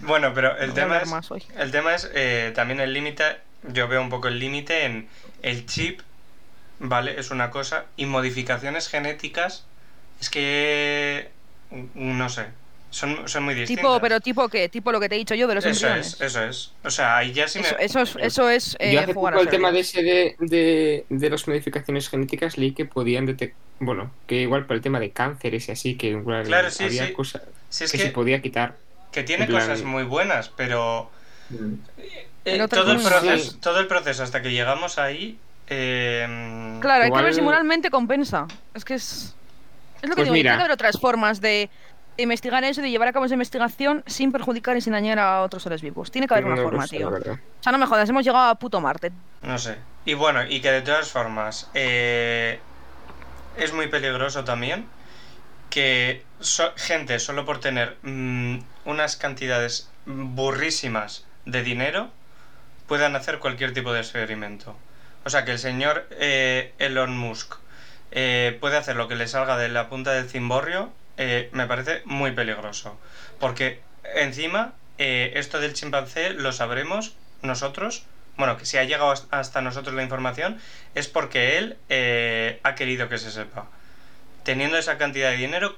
Speaker 1: Bueno, pero el
Speaker 3: Voy a
Speaker 1: tema
Speaker 3: hablar
Speaker 1: es.
Speaker 3: más hoy.
Speaker 1: El tema es eh, también el límite. Yo veo un poco el límite en el chip, ¿vale? Es una cosa. Y modificaciones genéticas. Es que. mm, No sé. Son, son muy distintas.
Speaker 3: Tipo, pero tipo que, tipo lo que te he dicho yo de los
Speaker 1: eso
Speaker 3: embriones.
Speaker 1: es, eso es. O sea, ahí ya sí me...
Speaker 3: Eso, eso es, eso es eh,
Speaker 2: Yo hace
Speaker 3: jugar
Speaker 2: poco
Speaker 3: a
Speaker 2: el tema
Speaker 3: serlo.
Speaker 2: de ese de, de, de las modificaciones genéticas leí que podían detectar, bueno, que igual para el tema de cánceres y así, que igual
Speaker 1: Claro, sí,
Speaker 2: había
Speaker 1: sí.
Speaker 2: cosas
Speaker 1: Si
Speaker 2: que,
Speaker 1: es que,
Speaker 2: se podía quitar.
Speaker 1: que tiene
Speaker 2: en plan-
Speaker 1: cosas muy buenas, pero...
Speaker 4: Mm.
Speaker 1: eh,
Speaker 3: En otras
Speaker 1: todo, el
Speaker 3: cosas,
Speaker 1: proceso,
Speaker 2: sí.
Speaker 1: todo el proceso hasta que llegamos ahí... eh,
Speaker 3: Claro, hay que
Speaker 2: Igual-
Speaker 3: ver si moralmente compensa. Es que es. Es lo
Speaker 2: Pues
Speaker 3: que digo, yo
Speaker 2: mira.
Speaker 3: creo que haber otras formas de, de investigar eso, de llevar a cabo esa investigación sin perjudicar y sin dañar a otros seres vivos. Tiene que haber una
Speaker 2: No lo
Speaker 3: forma,
Speaker 2: sé,
Speaker 3: tío.
Speaker 2: la verdad.
Speaker 3: O sea, no me jodas, hemos llegado a puto Marte.
Speaker 1: No sé. Y bueno, y que de todas formas eh, es muy peligroso también que so- gente solo por tener mm, unas cantidades burrísimas de dinero puedan hacer cualquier tipo de experimento. O sea, que el señor eh, Elon Musk eh, puede hacer lo que le salga de la punta del cimborrio, eh, me parece muy peligroso. Porque encima, eh, esto del chimpancé lo sabremos nosotros. Bueno, que si ha llegado has- hasta nosotros la información es porque él eh, ha querido que se sepa. Teniendo esa cantidad de dinero,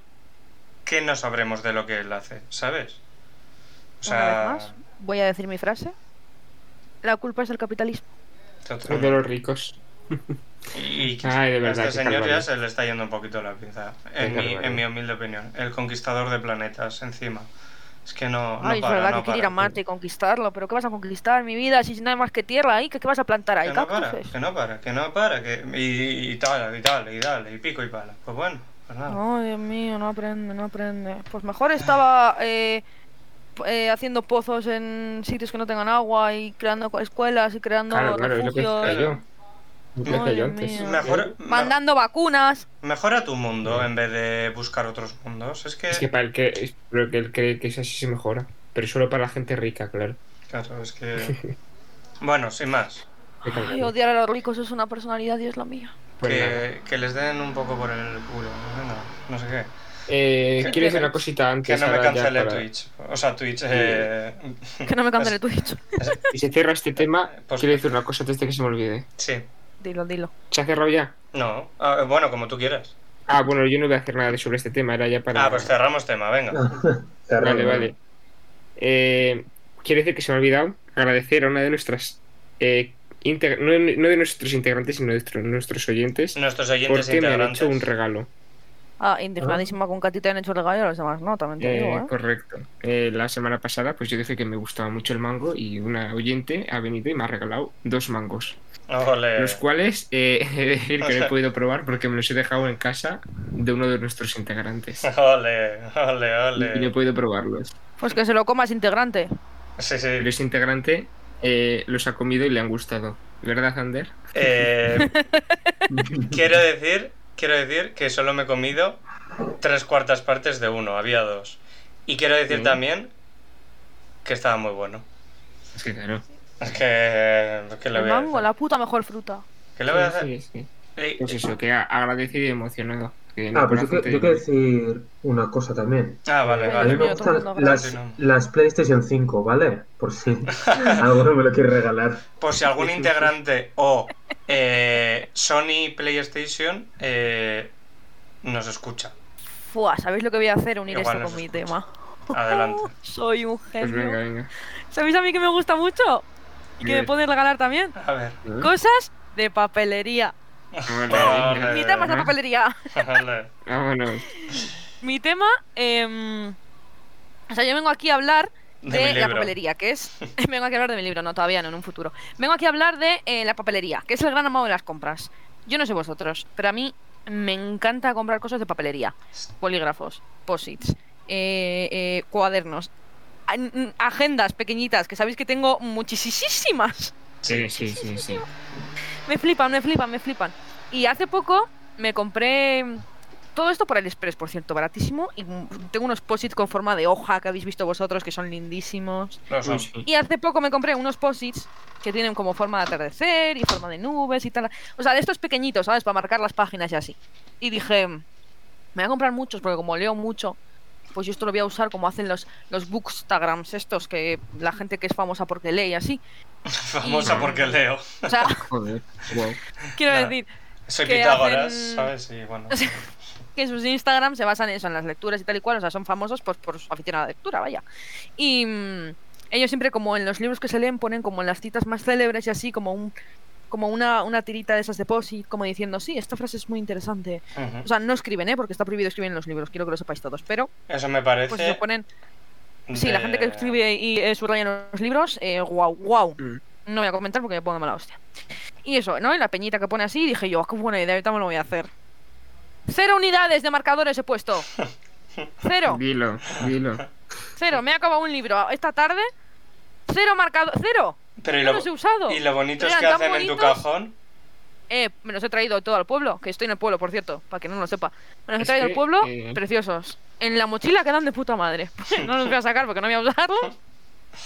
Speaker 1: ¿qué no sabremos de lo que él hace? ¿Sabes? O
Speaker 3: Una vez más,
Speaker 1: sea,
Speaker 3: voy a decir mi frase. La culpa es del capitalismo.
Speaker 2: Son
Speaker 1: totalmente.
Speaker 2: de los ricos.
Speaker 1: Y que
Speaker 2: Ay, de verdad,
Speaker 1: a
Speaker 2: qué
Speaker 1: este señor ya
Speaker 2: barbaridad.
Speaker 1: se le está yendo un poquito la pinza,
Speaker 2: Qué
Speaker 1: en mi,
Speaker 2: barbaridad.
Speaker 1: en mi humilde opinión. El conquistador de planetas, encima. Es que no, no
Speaker 3: Ay,
Speaker 1: para,
Speaker 3: es verdad
Speaker 1: no
Speaker 3: que quiere ir
Speaker 1: para.
Speaker 3: a Marte y conquistarlo, pero ¿qué vas a conquistar, mi vida? Si no hay más que tierra ahí, ¿qué, qué vas a plantar ahí?
Speaker 1: Que no para,
Speaker 3: ¿Cactuses?
Speaker 1: que no para, que no para, que y, y tal, y tal, y dale, y pico y pala. Pues bueno, pues nada.
Speaker 3: No, Dios mío, no aprende, no aprende. Pues mejor estaba eh, p- eh, haciendo pozos en sitios que no tengan agua y creando co- escuelas y creando
Speaker 2: Claro, claro, es lo que
Speaker 3: refugios,
Speaker 2: decía yo. Lo que decía
Speaker 3: Madre
Speaker 2: yo antes.
Speaker 3: mía.
Speaker 1: Mejor, me-
Speaker 3: mandando vacunas.
Speaker 1: mejora tu mundo en vez de buscar otros mundos. Es que,
Speaker 2: Es que para el que, es- pero que él cree que es así se mejora. Pero solo para la gente rica, claro.
Speaker 1: claro, es
Speaker 2: *laughs*
Speaker 1: que. Bueno, sin más.
Speaker 2: Qué
Speaker 3: Ay,
Speaker 2: cabrón.
Speaker 3: odiar a los ricos es una personalidad y es la mía.
Speaker 2: Pues nada.
Speaker 1: que, que les den un poco por el culo. Venga, no sé qué.
Speaker 2: Eh,
Speaker 1: que-
Speaker 2: ¿Quieres
Speaker 1: que-
Speaker 2: decir una cosita
Speaker 1: Que
Speaker 2: antes?
Speaker 1: no me
Speaker 2: ahora ya
Speaker 1: cancele
Speaker 2: para-
Speaker 1: Twitch. O sea, Twitch. Eh...
Speaker 3: Que no me cancele tu dicho.
Speaker 2: Y se
Speaker 1: *laughs*
Speaker 2: cierra este tema,
Speaker 1: Pues-
Speaker 2: quiero decir una cosa antes de que se me olvide.
Speaker 1: Sí.
Speaker 3: *laughs* Dilo, dilo.
Speaker 2: ¿Se ha cerrado ya?
Speaker 1: No. Ah, bueno, como tú quieras.
Speaker 2: Ah, bueno, yo no voy a hacer nada sobre este tema, era ya para...
Speaker 1: Ah, pues cerramos tema, venga.
Speaker 4: Cerrado.
Speaker 2: Vale, vale. Eh, quiero decir que se me ha olvidado agradecer a una de nuestras... eh, integ- no, no de nuestros integrantes, sino de nuestro- nuestros oyentes,
Speaker 1: Nuestros oyentes
Speaker 2: porque me han
Speaker 1: integrantes.
Speaker 2: hecho un regalo.
Speaker 3: Ah, indignadísima con que a ti te han hecho regalo y a los demás no, también te
Speaker 2: Eh,
Speaker 3: digo, ¿eh?
Speaker 2: Correcto. Eh, la semana pasada, pues yo dije que me gustaba mucho el mango y una oyente ha venido y me ha regalado dos mangos,
Speaker 1: Ole.
Speaker 2: los cuales eh, *laughs* he de decir que no he podido probar porque me los he dejado en casa de uno de nuestros integrantes.
Speaker 1: *laughs* *laughs* Ole, ole,
Speaker 2: Y no he
Speaker 1: ole.
Speaker 2: podido probarlos.
Speaker 3: Pues que se lo comas integrante.
Speaker 1: Sí,
Speaker 2: Pero
Speaker 1: sí.
Speaker 2: ese integrante eh, los ha comido y le han gustado. ¿Verdad, Ander?
Speaker 1: Eh, quiero decir, quiero decir que solo me he comido tres cuartas partes de uno, había dos. Y quiero decir
Speaker 2: Sí.
Speaker 1: también que estaba muy bueno.
Speaker 2: Es que claro.
Speaker 1: Es que, ¿qué le
Speaker 3: El
Speaker 1: voy a
Speaker 3: mango,
Speaker 1: hacer?
Speaker 3: la puta mejor fruta.
Speaker 1: ¿Qué le voy a
Speaker 2: Sí,
Speaker 1: hacer?
Speaker 2: sí.
Speaker 1: Ey,
Speaker 2: Pues eso, que a- agradecido y emocionado. Que no
Speaker 4: Ah, pues yo,
Speaker 2: corazón te
Speaker 4: que-
Speaker 2: diré.
Speaker 4: yo quiero decir una cosa también.
Speaker 1: Ah, vale,
Speaker 4: A mí
Speaker 1: vale.
Speaker 4: me
Speaker 3: Mira, todo el
Speaker 4: gustan
Speaker 3: mundo
Speaker 4: las,
Speaker 1: abraza.
Speaker 4: las PlayStation 5, ¿vale?
Speaker 2: *laughs*
Speaker 4: Por si alguno me lo quiere regalar.
Speaker 1: Por si algún integrante o eh, Sony PlayStation eh, nos escucha.
Speaker 3: Fua, ¿sabéis lo que voy a hacer? Unir
Speaker 1: Igual
Speaker 3: esto
Speaker 1: nos
Speaker 3: con mi
Speaker 1: escucha.
Speaker 3: tema.
Speaker 1: Adelante.
Speaker 3: Soy un
Speaker 2: Pues venga,
Speaker 3: genio.
Speaker 2: venga.
Speaker 3: ¿Sabéis a mí que me gusta mucho? Y que me
Speaker 2: Dime.
Speaker 3: pueden regalar también.
Speaker 1: A ver. *laughs*
Speaker 3: Cosas de papelería.
Speaker 2: Vale, venga.
Speaker 1: Eh,
Speaker 3: Mi tema es la
Speaker 2: ¿no?
Speaker 3: papelería.
Speaker 1: Vale.
Speaker 2: Vámonos.
Speaker 3: Mi tema. em, o sea, yo vengo aquí a hablar
Speaker 1: De
Speaker 3: de,
Speaker 1: mi
Speaker 3: la
Speaker 1: libro.
Speaker 3: papelería, que es. *laughs* vengo aquí a hablar de mi libro, no, todavía no, en un futuro. Vengo aquí a hablar de eh, la papelería, que es el gran amado de las compras. Yo no sé vosotros, pero a mí me encanta comprar cosas de papelería: polígrafos, posits, eh, eh, cuadernos, a- n- agendas pequeñitas, que sabéis que tengo muchísimas.
Speaker 2: Sí, sí, sí, sí.
Speaker 3: Me flipan, me flipan, me flipan. Y hace poco me compré mm, todo esto por AliExpress, por cierto, baratísimo. Y mm, tengo unos posits con forma de hoja que habéis visto vosotros, que son lindísimos.
Speaker 1: No son.
Speaker 2: Sí.
Speaker 3: Y hace poco me compré unos posits que tienen como forma de atardecer y forma de nubes y tal. O sea, de estos pequeñitos, ¿sabes? Para marcar las páginas y así. Y dije, "Mm, me voy a comprar muchos porque como leo mucho, pues yo esto lo voy a usar como hacen los, los bookstagrams estos, que la gente que es famosa porque lee y así.
Speaker 1: Famosa porque leo.
Speaker 3: O sea, *laughs*
Speaker 2: Joder. Wow.
Speaker 3: Quiero
Speaker 1: Nada.
Speaker 3: decir,
Speaker 1: Soy
Speaker 3: que
Speaker 1: Pitágoras,
Speaker 3: hacen-
Speaker 1: ¿sabes? Y
Speaker 3: *laughs*
Speaker 1: bueno.
Speaker 3: que sus Instagram se basan en eso, en las lecturas y tal y cual, o sea, son famosos pues, por su afición a la lectura, vaya. Y mm, ellos siempre como en los libros que se leen ponen como en las citas más célebres y así como un como una, una tirita de esas de post como diciendo, sí, esta frase es muy interesante.
Speaker 1: Ujú.
Speaker 3: O sea, no escriben, ¿eh? Porque está prohibido escribir en los libros, quiero que lo sepáis todos. Pero,
Speaker 1: Eso me parece.
Speaker 3: pues lo ponen... Sí, la
Speaker 1: de-
Speaker 3: gente que escribe y eh, subraya en los libros, eh, guau, guau.
Speaker 2: Mm.
Speaker 3: No voy a comentar porque me pongo de mala hostia. Y eso, ¿no? Y la peñita que pone así, dije yo, "Ah, qué buena idea, ahorita me lo voy a hacer. Cero unidades de marcadores
Speaker 2: *laughs*
Speaker 3: he puesto. Cero,
Speaker 2: Dilo, dilo.
Speaker 3: cero. Me he acabado un libro esta tarde. Cero marcadores, cero.
Speaker 1: Pero y
Speaker 3: No
Speaker 1: lo,
Speaker 3: los he usado.
Speaker 1: y lo bonitos
Speaker 3: Eran
Speaker 1: que
Speaker 3: tan
Speaker 1: hacen en tu
Speaker 3: bonitos.
Speaker 1: cajón.
Speaker 3: Eh, me los he traído todo al pueblo, que estoy en el pueblo, por cierto, para que no lo sepa. Me los he
Speaker 2: Es
Speaker 3: traído
Speaker 2: que,
Speaker 3: al pueblo,
Speaker 2: eh,
Speaker 3: preciosos. En la mochila quedan de puta madre. *laughs* no los voy a sacar porque no voy a usarlos.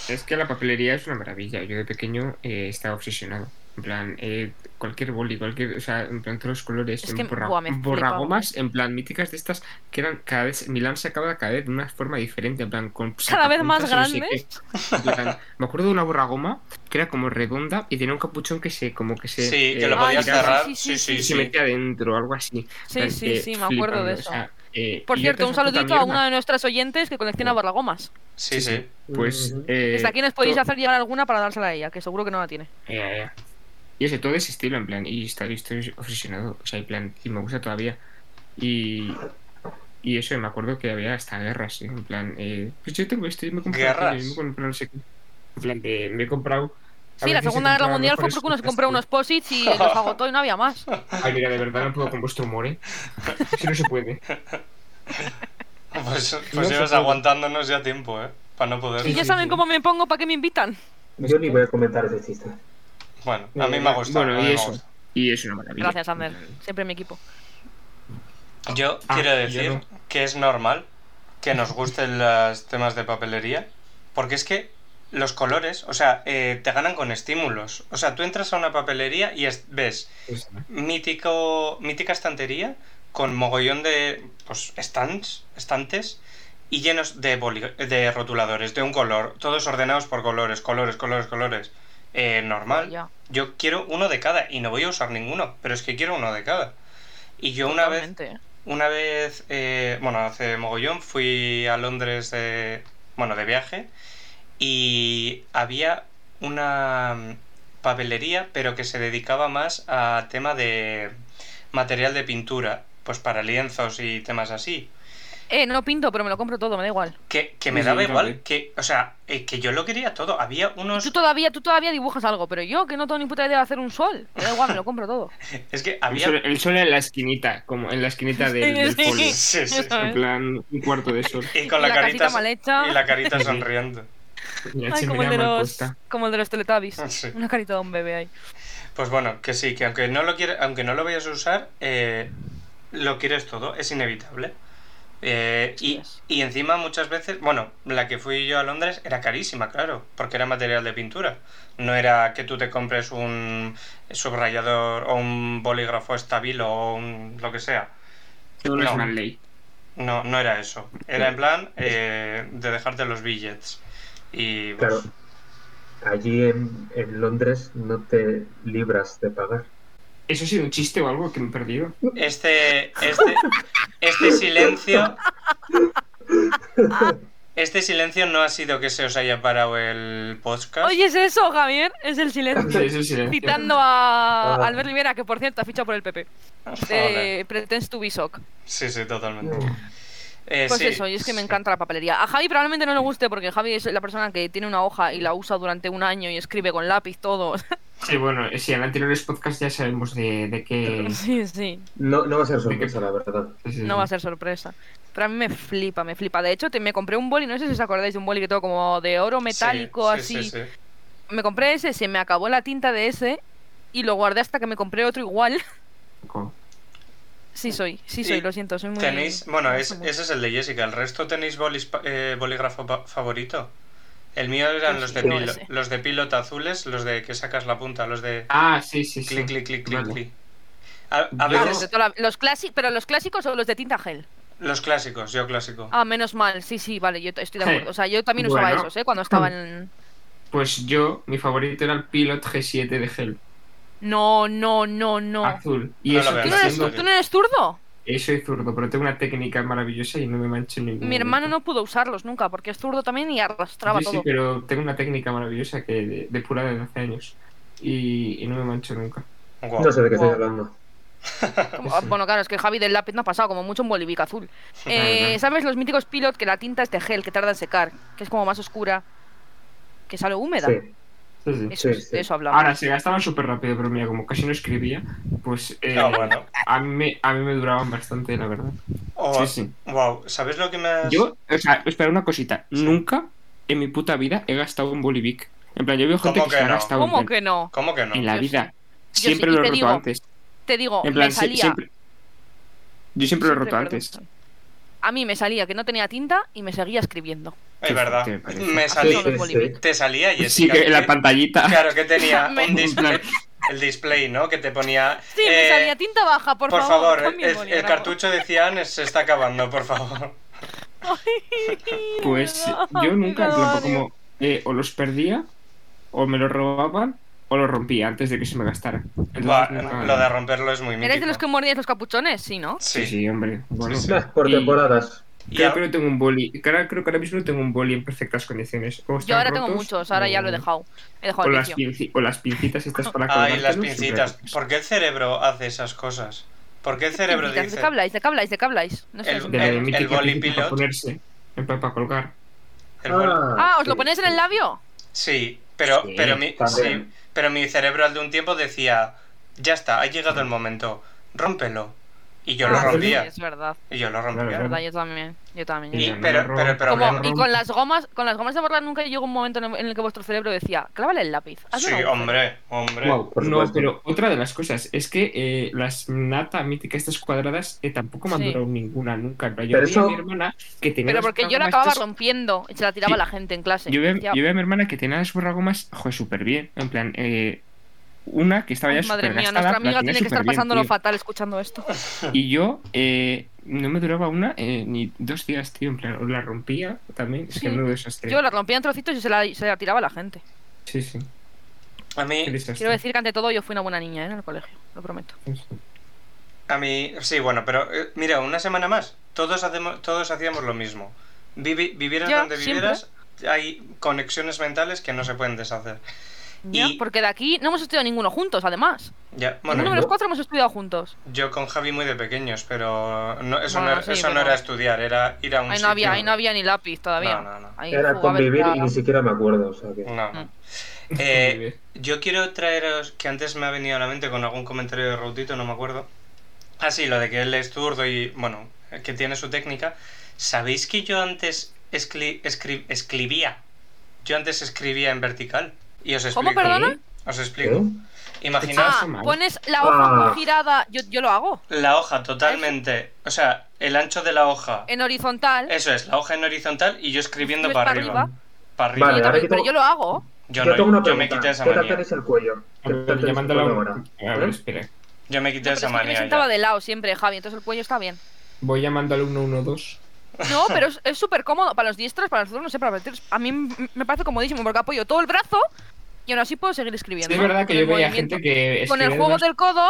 Speaker 2: Es que la papelería es una maravilla. Yo de pequeño eh, estaba obsesionado. En plan, eh, cualquier boli, cualquier. O sea, en plan, todos los colores.
Speaker 3: Es
Speaker 2: en
Speaker 3: que,
Speaker 2: borra-
Speaker 3: buah, me flipa,
Speaker 2: borragomas, en plan, míticas de estas que eran cada vez. Milán sacaba cada vez de una forma diferente. En plan, con.
Speaker 3: Cada vez más
Speaker 2: sacapuntas y no sé
Speaker 3: grandes.
Speaker 2: qué. En plan, me acuerdo de una borragoma que era como redonda y tenía un capuchón que se. Como que se.
Speaker 1: Sí,
Speaker 2: eh,
Speaker 1: que lo
Speaker 3: Ay,
Speaker 1: podías
Speaker 3: sí,
Speaker 2: giraba
Speaker 1: cerrar.
Speaker 3: sí,
Speaker 1: Sí,
Speaker 3: sí,
Speaker 1: sí,
Speaker 2: Y
Speaker 1: sí.
Speaker 2: se metía adentro, algo así.
Speaker 3: Sí, sí, sí, me acuerdo de eso.
Speaker 2: eh,
Speaker 3: Por cierto, un saludito a una de nuestras oyentes que colecciona barlagomas.
Speaker 1: Sí, sí. *laughs*
Speaker 2: Pues.
Speaker 4: Ujú.
Speaker 2: eh,
Speaker 3: Desde aquí nos podéis
Speaker 2: to-
Speaker 3: hacer llegar alguna para dársela a ella, que seguro que no la tiene.
Speaker 2: Ya, ya. Y ese todo ese estilo, en plan, y está- y estoy obsesionado, o sea, en plan, y me gusta todavía. Y, y eso, y me acuerdo que había hasta guerras, ¿eh? en plan, eh, pues yo tengo esto, yo me he comprado,
Speaker 1: ¿Guerras?
Speaker 2: aquello, yo me he comprado no sé qué. En plan, de, me he comprado. a
Speaker 3: Sí, la
Speaker 2: veces he
Speaker 3: Segunda Guerra
Speaker 2: comprado
Speaker 3: Mundial fue
Speaker 2: mejores
Speaker 3: porque uno se
Speaker 2: cosas
Speaker 3: compró
Speaker 2: que-
Speaker 3: unos
Speaker 2: *laughs*
Speaker 3: posits y los agotó y no había más.
Speaker 2: Ay, mira, de verdad no puedo con vuestro humor, ¿eh? Eso no se puede.
Speaker 1: Pues, pues
Speaker 2: No se
Speaker 1: ibas
Speaker 2: puede.
Speaker 1: aguantándonos ya tiempo, ¿eh? Para no poder.
Speaker 3: Y ya
Speaker 2: sí,
Speaker 3: saben
Speaker 2: sí.
Speaker 3: cómo me pongo para que me invitan.
Speaker 1: pues
Speaker 4: Yo ni voy a comentar ese chiste.
Speaker 1: Bueno, *laughs* a mí me ha gustado.
Speaker 2: Eh, Bueno,
Speaker 1: a mí
Speaker 2: y
Speaker 1: me
Speaker 2: eso,
Speaker 1: gusta.
Speaker 2: y es una maravilla.
Speaker 3: Gracias, Ander.
Speaker 2: eh,
Speaker 3: Siempre mi equipo.
Speaker 1: Yo
Speaker 2: Ah,
Speaker 1: quiero
Speaker 2: yo
Speaker 1: decir
Speaker 2: no.
Speaker 1: que es normal que nos gusten los temas de papelería, porque es que los colores, o sea, eh, te ganan con estímulos. O sea, tú entras a una papelería y es- ves
Speaker 2: Pues,
Speaker 1: mítico, mítica estantería con mogollón de pues, stands, estantes y llenos de, boli- de rotuladores de un color, todos ordenados por colores, colores, colores, colores. Eh, normal.
Speaker 3: Ya.
Speaker 1: Yo quiero uno de cada y no voy a usar ninguno, pero es que quiero uno de cada. Y yo una vez
Speaker 3: Totalmente, ¿eh?
Speaker 1: una vez, eh, bueno, hace mogollón, fui a Londres de, bueno, de viaje y había una mm, papelería, pero que se dedicaba más a tema de material de pintura, pues para lienzos y temas así.
Speaker 3: Eh, no pinto, pero me lo compro todo, me da igual.
Speaker 1: Que, que me
Speaker 2: Sí,
Speaker 1: daba
Speaker 2: yo
Speaker 1: igual,
Speaker 2: también.
Speaker 1: que, o sea, eh, que yo lo quería todo. Había
Speaker 3: Y
Speaker 1: unos...
Speaker 3: tú todavía, tú todavía dibujas algo, pero yo que no tengo ni puta idea de hacer un sol. Me da igual, me lo compro todo.
Speaker 1: Es que
Speaker 2: el,
Speaker 1: había...
Speaker 2: sol, el sol en la esquinita, como en la esquinita del, del
Speaker 3: Sí, sí. *laughs*
Speaker 2: folio.
Speaker 1: *laughs* Sí, sí.
Speaker 3: Eso
Speaker 2: En
Speaker 3: es.
Speaker 2: plan, un cuarto de sol.
Speaker 1: Y *laughs* con
Speaker 3: Y
Speaker 1: la,
Speaker 3: la
Speaker 1: carita...
Speaker 3: casita mal hecha.
Speaker 1: Y la carita sonriendo. *laughs*
Speaker 2: La
Speaker 3: Ay, como
Speaker 2: chimenea
Speaker 3: el de
Speaker 2: mal
Speaker 3: los,
Speaker 2: puesta.
Speaker 3: como el de los Teletubbies.
Speaker 1: Sí.
Speaker 3: Una carita de un bebé ahí.
Speaker 1: Pues bueno, que sí, que aunque no lo quiera- aunque no lo vayas a usar, eh, lo quieres todo, es inevitable. Eh,
Speaker 3: Así
Speaker 1: y,
Speaker 3: es.
Speaker 1: y encima muchas veces, bueno, la que fui yo a Londres era carísima, claro, porque era material de pintura. No era que tú te compres un subrayador o un bolígrafo estabilo o un lo que sea.
Speaker 2: Todo
Speaker 1: No.
Speaker 2: es mal ley.
Speaker 1: No, no era eso. Era en plan eh, de dejarte los billets. Y pues,
Speaker 4: Claro. Allí en, en Londres no te libras de pagar.
Speaker 2: ¿Eso ha sido un chiste o algo que me he
Speaker 3: *laughs*
Speaker 2: perdido?
Speaker 1: Este, este, este silencio. Este silencio no ha sido que se os haya parado el podcast.
Speaker 3: Oye, ¿es eso, Javier? Es el silencio.
Speaker 2: Sí, sí, ¿eh? sí.
Speaker 3: Citando a
Speaker 4: Ah.
Speaker 3: Albert Rivera, que por cierto ha fichado por el PP.
Speaker 1: Joder.
Speaker 3: De Pretends to be Sock.
Speaker 1: Sí, sí, totalmente. Eh,
Speaker 3: Pues
Speaker 1: sí,
Speaker 3: eso, y es que me
Speaker 1: sí.
Speaker 3: encanta la papelería. A Javi probablemente no le guste porque Javi es la persona que tiene una hoja y la usa durante un año y escribe con lápiz todo. *laughs*
Speaker 1: Mm.
Speaker 2: Sí, bueno, eh, sí, en anteriores podcasts ya sabemos de, de qué.
Speaker 3: Sí, sí,
Speaker 4: No, no va a ser sorpresa, la verdad.
Speaker 3: no va a ser sorpresa. Pero a mí me flipa, me flipa. De hecho, te- me compré un boli, no sé si os acordáis de un boli que todo como de oro metálico,
Speaker 1: Sí, sí,
Speaker 3: así.
Speaker 1: sí, sí.
Speaker 3: Me compré ese, se me acabó la tinta de ese y lo guardé hasta que me compré otro igual. *laughs* Sí soy, sí soy,
Speaker 1: Y
Speaker 3: lo siento, soy muy...
Speaker 1: Tenéis, bueno, es-
Speaker 3: muy-
Speaker 1: ese es el de Jessica. ¿El resto tenéis bolis pa- eh, bolígrafo pa- favorito? El mío eran
Speaker 3: Pues
Speaker 1: los de,
Speaker 3: yo
Speaker 1: pilo-
Speaker 3: ese.
Speaker 1: los de pilot azules, los de que sacas la punta, los de
Speaker 2: Ah, sí, sí, sí.
Speaker 1: clic, clic, clic, clic,
Speaker 2: Vale.
Speaker 1: clic. A, a
Speaker 2: Yo-
Speaker 3: Ah,
Speaker 1: veces
Speaker 3: desde toda la- los clasi- pero los clásicos o los de tinta gel.
Speaker 1: los clásicos, yo clásico.
Speaker 3: Ah, menos mal, sí, sí, vale, yo t- estoy de acuerdo. O sea, yo también usaba
Speaker 2: Bueno.
Speaker 3: esos, ¿eh? Cuando estaba en...
Speaker 2: Pues yo, mi favorito era el Pilot G7 de Hell.
Speaker 3: No, no, no, no.
Speaker 2: Azul. Y
Speaker 1: No lo
Speaker 2: eso
Speaker 1: veo,
Speaker 2: que
Speaker 3: ¿Tú no, eres,
Speaker 2: siendo-
Speaker 1: azul.
Speaker 3: tú no eres zurdo?
Speaker 2: yo soy zurdo, pero tengo una técnica maravillosa y no me mancho en ningún
Speaker 3: Mi hermano
Speaker 2: momento.
Speaker 3: no pudo usarlos nunca porque es zurdo también y arrastraba
Speaker 2: Yo Mm. sí,
Speaker 3: todo.
Speaker 2: pero tengo una técnica maravillosa que de, depurada desde hace años. Y, y no me mancho nunca.
Speaker 1: Guau.
Speaker 4: No sé de qué estoy
Speaker 3: Wow.
Speaker 4: hablando.
Speaker 3: Como- ah, bueno, claro, es que Javi del lápiz no ha pasado, como mucho un bolivic azul.
Speaker 2: Ah,
Speaker 3: Eh,
Speaker 2: verdad.
Speaker 3: ¿Sabes los míticos pilot que la tinta es de gel, que tarda en secar? Que es como más oscura, que sale húmeda.
Speaker 4: Sí.
Speaker 2: Sí, sí.
Speaker 3: Eso,
Speaker 4: sí,
Speaker 3: es-
Speaker 4: sí.
Speaker 3: De eso hablamos.
Speaker 2: Ahora, se gastaban súper rápido, pero mira, como casi no escribía, pues eh,
Speaker 1: Ah, bueno.
Speaker 2: a, mí, me- a mí me duraban bastante, la verdad.
Speaker 1: O-
Speaker 2: Sí, sí.
Speaker 1: Wow, Oh, ¿sabes lo que me has...?
Speaker 2: Yo, o sea, espera una cosita. Nunca en mi puta vida he gastado un bolivic. En plan, yo veo gente
Speaker 1: ¿Cómo
Speaker 2: que, se
Speaker 1: que
Speaker 2: ha
Speaker 1: no?
Speaker 2: gastado en,
Speaker 3: ¿Cómo
Speaker 2: plan-
Speaker 3: que no?
Speaker 1: ¿Cómo que no?
Speaker 2: en la
Speaker 3: Yo
Speaker 2: vida.
Speaker 3: sí. Yo
Speaker 2: Siempre
Speaker 3: sí, y
Speaker 2: lo he
Speaker 3: te
Speaker 2: roto
Speaker 3: digo,
Speaker 2: antes.
Speaker 3: Te digo,
Speaker 2: En plan,
Speaker 3: me
Speaker 2: sí-
Speaker 3: salía.
Speaker 2: siempre. Yo siempre lo he roto
Speaker 3: Siempre,
Speaker 2: antes.
Speaker 3: perdón. A mí me salía que no tenía tinta y me seguía escribiendo.
Speaker 1: Es
Speaker 2: Qué
Speaker 1: verdad.
Speaker 2: fuerte me parece.
Speaker 1: Me
Speaker 3: Así
Speaker 1: salí...
Speaker 3: son los
Speaker 4: Sí, este,
Speaker 3: bolivic.
Speaker 1: Te salía, Jessica.
Speaker 2: Sí, que en la
Speaker 1: ¿Qué-
Speaker 2: pantallita. *laughs*
Speaker 1: Claro, que
Speaker 3: *laughs*
Speaker 1: tenía
Speaker 3: Me-
Speaker 1: un display, el display, ¿no? Que te ponía...
Speaker 3: Sí, me
Speaker 1: eh,
Speaker 3: salía tinta baja, por,
Speaker 1: Por favor,
Speaker 3: cambia
Speaker 1: el,
Speaker 3: el
Speaker 1: el
Speaker 3: bolígrafo. *laughs*
Speaker 1: cartucho decían se está acabando, por favor.
Speaker 3: *laughs*
Speaker 2: Pues
Speaker 3: Ay,
Speaker 2: yo nunca, en plan,
Speaker 3: lo odio.
Speaker 2: como eh, o los perdía, o me los robaban, o los rompía antes de que se me gastara.
Speaker 1: *laughs*
Speaker 2: Entonces,
Speaker 1: Buah,
Speaker 2: nunca-
Speaker 1: lo de romperlo es muy mítico.
Speaker 3: ¿Eres de los que mordías los capuchones? Sí, ¿no?
Speaker 2: Sí,
Speaker 1: Sí.
Speaker 2: sí, hombre. Bueno,
Speaker 1: Sí, sí.
Speaker 4: Nah, Por
Speaker 2: Y-
Speaker 4: temporadas.
Speaker 1: Y
Speaker 2: Creo
Speaker 1: a-
Speaker 2: que no tengo un boli. Creo, creo que ahora mismo no tengo un boli en perfectas condiciones. O
Speaker 3: Yo
Speaker 2: están
Speaker 3: ahora tengo
Speaker 2: rotos,
Speaker 3: muchos, ahora ya lo he
Speaker 2: o-
Speaker 3: dejado.
Speaker 2: O
Speaker 3: He dejado el
Speaker 2: las,
Speaker 3: vicio.
Speaker 2: pinci- o las pincitas estas para
Speaker 1: Ay, las
Speaker 2: colgártelos,
Speaker 1: pincitas.
Speaker 2: siempre-
Speaker 1: ¿Por qué el cerebro hace esas cosas? ¿Por qué el cerebro
Speaker 3: Pincitas, ¿De
Speaker 1: dice...
Speaker 3: qué habláis? ¿De qué habláis? ¿De qué habláis? No sé.
Speaker 1: El-
Speaker 3: es un-
Speaker 2: De la
Speaker 1: el
Speaker 2: mítica
Speaker 1: boli
Speaker 2: pincita
Speaker 1: pilot.
Speaker 2: Para ponerse, en plan, para colgar.
Speaker 1: el bol-
Speaker 3: Ah, ¿os lo
Speaker 4: sí,
Speaker 3: ponéis en
Speaker 4: sí.
Speaker 3: el labio?
Speaker 1: Sí, pero,
Speaker 2: Sí,
Speaker 1: pero, mi,
Speaker 4: también.
Speaker 1: sí, pero mi cerebro al de un tiempo decía, ya está, ha llegado el
Speaker 2: Mm.
Speaker 1: momento, rómpelo. Y yo lo
Speaker 3: Ah, sí,
Speaker 1: rompía.
Speaker 3: Es verdad,
Speaker 1: Y yo lo
Speaker 3: es
Speaker 1: rompía.
Speaker 2: Claro.
Speaker 3: verdad, yo también. Yo también.
Speaker 1: Y-
Speaker 3: yo
Speaker 2: Ya,
Speaker 3: también.
Speaker 2: no
Speaker 1: pero-
Speaker 2: lo
Speaker 1: pero el
Speaker 2: rompo.
Speaker 1: problema-
Speaker 3: Como- y con las gomas, con las gomas de borrar nunca llegó un momento en el, en el que vuestro cerebro decía, clávale el lápiz. hazle
Speaker 1: Sí,
Speaker 3: un agujero".
Speaker 1: hombre, hombre.
Speaker 2: Guau,
Speaker 4: por
Speaker 2: no,
Speaker 4: supuesto.
Speaker 2: pero otra de las cosas es que eh, las nata míticas estas cuadradas eh, tampoco me han
Speaker 3: Sí.
Speaker 2: durado ninguna nunca. Yo
Speaker 4: Pero
Speaker 2: vi a
Speaker 4: eso-
Speaker 2: mi hermana que tenía
Speaker 3: Pero
Speaker 2: las
Speaker 3: porque yo la
Speaker 2: borragomas
Speaker 3: acababa
Speaker 2: estas-
Speaker 3: rompiendo y se la tiraba
Speaker 2: Sí.
Speaker 3: a la gente en clase.
Speaker 2: Yo vi,
Speaker 3: Decía,
Speaker 2: yo vi a mi hermana que tenía las borragomas, joder, súper bien. En plan, eh, una que estaba ya
Speaker 3: "Ay, Madre
Speaker 2: súper
Speaker 3: mía,
Speaker 2: gastada,
Speaker 3: nuestra
Speaker 2: la
Speaker 3: amiga
Speaker 2: tenía
Speaker 3: tiene que estar
Speaker 2: superbién,
Speaker 3: pasándolo
Speaker 2: tío.
Speaker 3: fatal
Speaker 2: *laughs*
Speaker 3: escuchando esto.
Speaker 2: Y yo eh, no me duraba una eh, ni dos días, tío. En plan, o la rompía también. Es que
Speaker 3: Sí.
Speaker 2: no desastre.
Speaker 3: Yo la rompía en trocitos y se la, se la tiraba a la gente.
Speaker 2: Sí, sí.
Speaker 1: A
Speaker 2: Qué
Speaker 1: mí,
Speaker 2: desastre.
Speaker 3: Quiero decir que ante todo yo fui una buena niña ¿eh? en el colegio, lo prometo.
Speaker 1: a mí, sí, bueno, pero eh, mira, una semana más. Todos, hacemos, todos hacíamos lo mismo. Vivi- vivieras
Speaker 3: Ya,
Speaker 1: donde vivieras, hay conexiones mentales que no se pueden deshacer.
Speaker 3: Ya,
Speaker 1: Y-
Speaker 3: Porque de aquí no hemos estudiado ninguno juntos, además.
Speaker 1: Ya, bueno,
Speaker 3: Ninguno de los
Speaker 4: ¿no?
Speaker 3: cuatro hemos estudiado juntos.
Speaker 1: Yo con Javi muy de pequeños, pero no- eso,
Speaker 3: Bueno,
Speaker 1: no, era-
Speaker 3: sí,
Speaker 1: eso no
Speaker 3: pero-
Speaker 1: era estudiar, era ir a un
Speaker 3: Ahí no, había,
Speaker 1: sitio.
Speaker 3: ahí no había ni lápiz todavía.
Speaker 1: Ah, No, no, no.
Speaker 3: Ahí
Speaker 4: Era
Speaker 3: jugaba
Speaker 4: convivir
Speaker 3: el-
Speaker 4: y ni siquiera me acuerdo. O sea que...
Speaker 1: No,
Speaker 3: Mm.
Speaker 1: no.
Speaker 2: *laughs*
Speaker 1: Eh, yo quiero traeros, que antes me ha venido a la mente con algún comentario de Rautito, no me acuerdo. Ah, sí, lo de que él es zurdo y, bueno, que tiene su técnica. ¿Sabéis que yo antes escri- escri- escribía? Yo antes escribía en vertical. Y os explico.
Speaker 3: ¿Cómo, perdona?
Speaker 1: Os
Speaker 4: ¿Qué?
Speaker 1: explico.
Speaker 4: ¿Eh?
Speaker 1: Imaginaos
Speaker 3: Ah,
Speaker 2: mal.
Speaker 3: pones la hoja
Speaker 4: Ah.
Speaker 3: muy girada. Yo, yo lo hago.
Speaker 1: la hoja totalmente, o sea, el ancho de la hoja.
Speaker 3: En horizontal.
Speaker 1: Eso es, la hoja en horizontal y yo escribiendo
Speaker 3: Escribes
Speaker 1: para
Speaker 3: para
Speaker 1: arriba.
Speaker 3: arriba.
Speaker 1: Para arriba.
Speaker 4: Vale,
Speaker 3: Pero-
Speaker 4: ahora que
Speaker 3: pero
Speaker 4: tengo-
Speaker 3: yo lo hago.
Speaker 1: Yo,
Speaker 4: Yo
Speaker 1: no,
Speaker 4: tengo una
Speaker 1: yo me
Speaker 4: pregunta.
Speaker 1: quité esa
Speaker 4: ¿Qué tal
Speaker 1: manía.
Speaker 4: tenéis el cuello? ¿Qué tal tenéis el
Speaker 2: Llamándola
Speaker 4: cuello
Speaker 2: ahora.
Speaker 4: ahora?
Speaker 2: A ver,
Speaker 4: ¿Eh?
Speaker 2: espera.
Speaker 1: Yo me quité
Speaker 3: Pero es
Speaker 1: esa
Speaker 3: que yo me
Speaker 1: manía
Speaker 3: sentaba
Speaker 1: ya.
Speaker 3: de lado siempre, Javi, entonces el cuello está bien.
Speaker 2: Voy llamando al 112.
Speaker 3: No, pero es- es súper cómodo. Para los diestros, para los zurdos, no sé, para los diestros. A mí m- me parece comodísimo porque apoyo todo el brazo y aún así puedo seguir
Speaker 2: Sí,
Speaker 3: escribiendo.
Speaker 2: es verdad
Speaker 3: con
Speaker 2: que yo
Speaker 3: el
Speaker 2: veía
Speaker 3: movimiento.
Speaker 2: gente que.
Speaker 3: Con el
Speaker 2: escribía
Speaker 3: juego
Speaker 2: unas-
Speaker 3: del codo,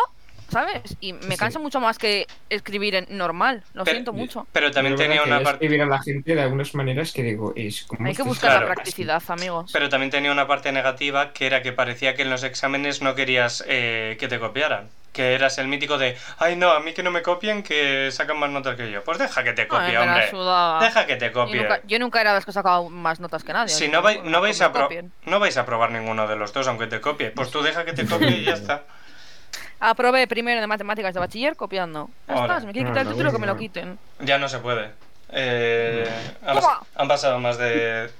Speaker 3: ¿sabes? Y me
Speaker 2: Sí.
Speaker 3: cansa mucho más que escribir en normal. Lo
Speaker 1: Pero-
Speaker 3: siento mucho.
Speaker 1: Pero también
Speaker 2: es verdad
Speaker 1: tenía
Speaker 2: que
Speaker 1: una
Speaker 2: yo
Speaker 1: parte.
Speaker 2: escribir a la gente de algunas maneras que digo, es como.
Speaker 3: Hay que
Speaker 2: estos-
Speaker 3: buscar
Speaker 1: claro.
Speaker 3: la practicidad, amigos.
Speaker 1: Pero también tenía una parte negativa que era que parecía que en los exámenes no querías eh, que te copiaran. Que eras el mítico de, ay no, a mí que no me copien, que sacan más notas que yo. Pues deja que te
Speaker 3: Ay,
Speaker 1: copie,
Speaker 3: me la
Speaker 1: hombre.
Speaker 3: sudaba.
Speaker 1: Deja que te
Speaker 3: Yo
Speaker 1: copie.
Speaker 3: nunca, yo nunca era de las que sacaba más notas que nadie.
Speaker 1: Si
Speaker 3: así
Speaker 1: no,
Speaker 3: que
Speaker 1: vai-
Speaker 3: tampoco
Speaker 1: no,
Speaker 3: me
Speaker 1: vais a pro-
Speaker 3: copien.
Speaker 1: no vais a probar ninguno de los dos, aunque te copie. Pues tú deja que te copie
Speaker 4: *laughs*
Speaker 1: y ya está.
Speaker 3: Aprobé primero de matemáticas de bachiller copiando. Ya
Speaker 1: Ahora.
Speaker 3: está, si me quieren quitar el
Speaker 2: Ahora,
Speaker 3: título, que me lo
Speaker 2: bueno.
Speaker 3: quiten.
Speaker 1: Ya no se puede. Eh, han,
Speaker 3: Toma.
Speaker 1: han pasado más de.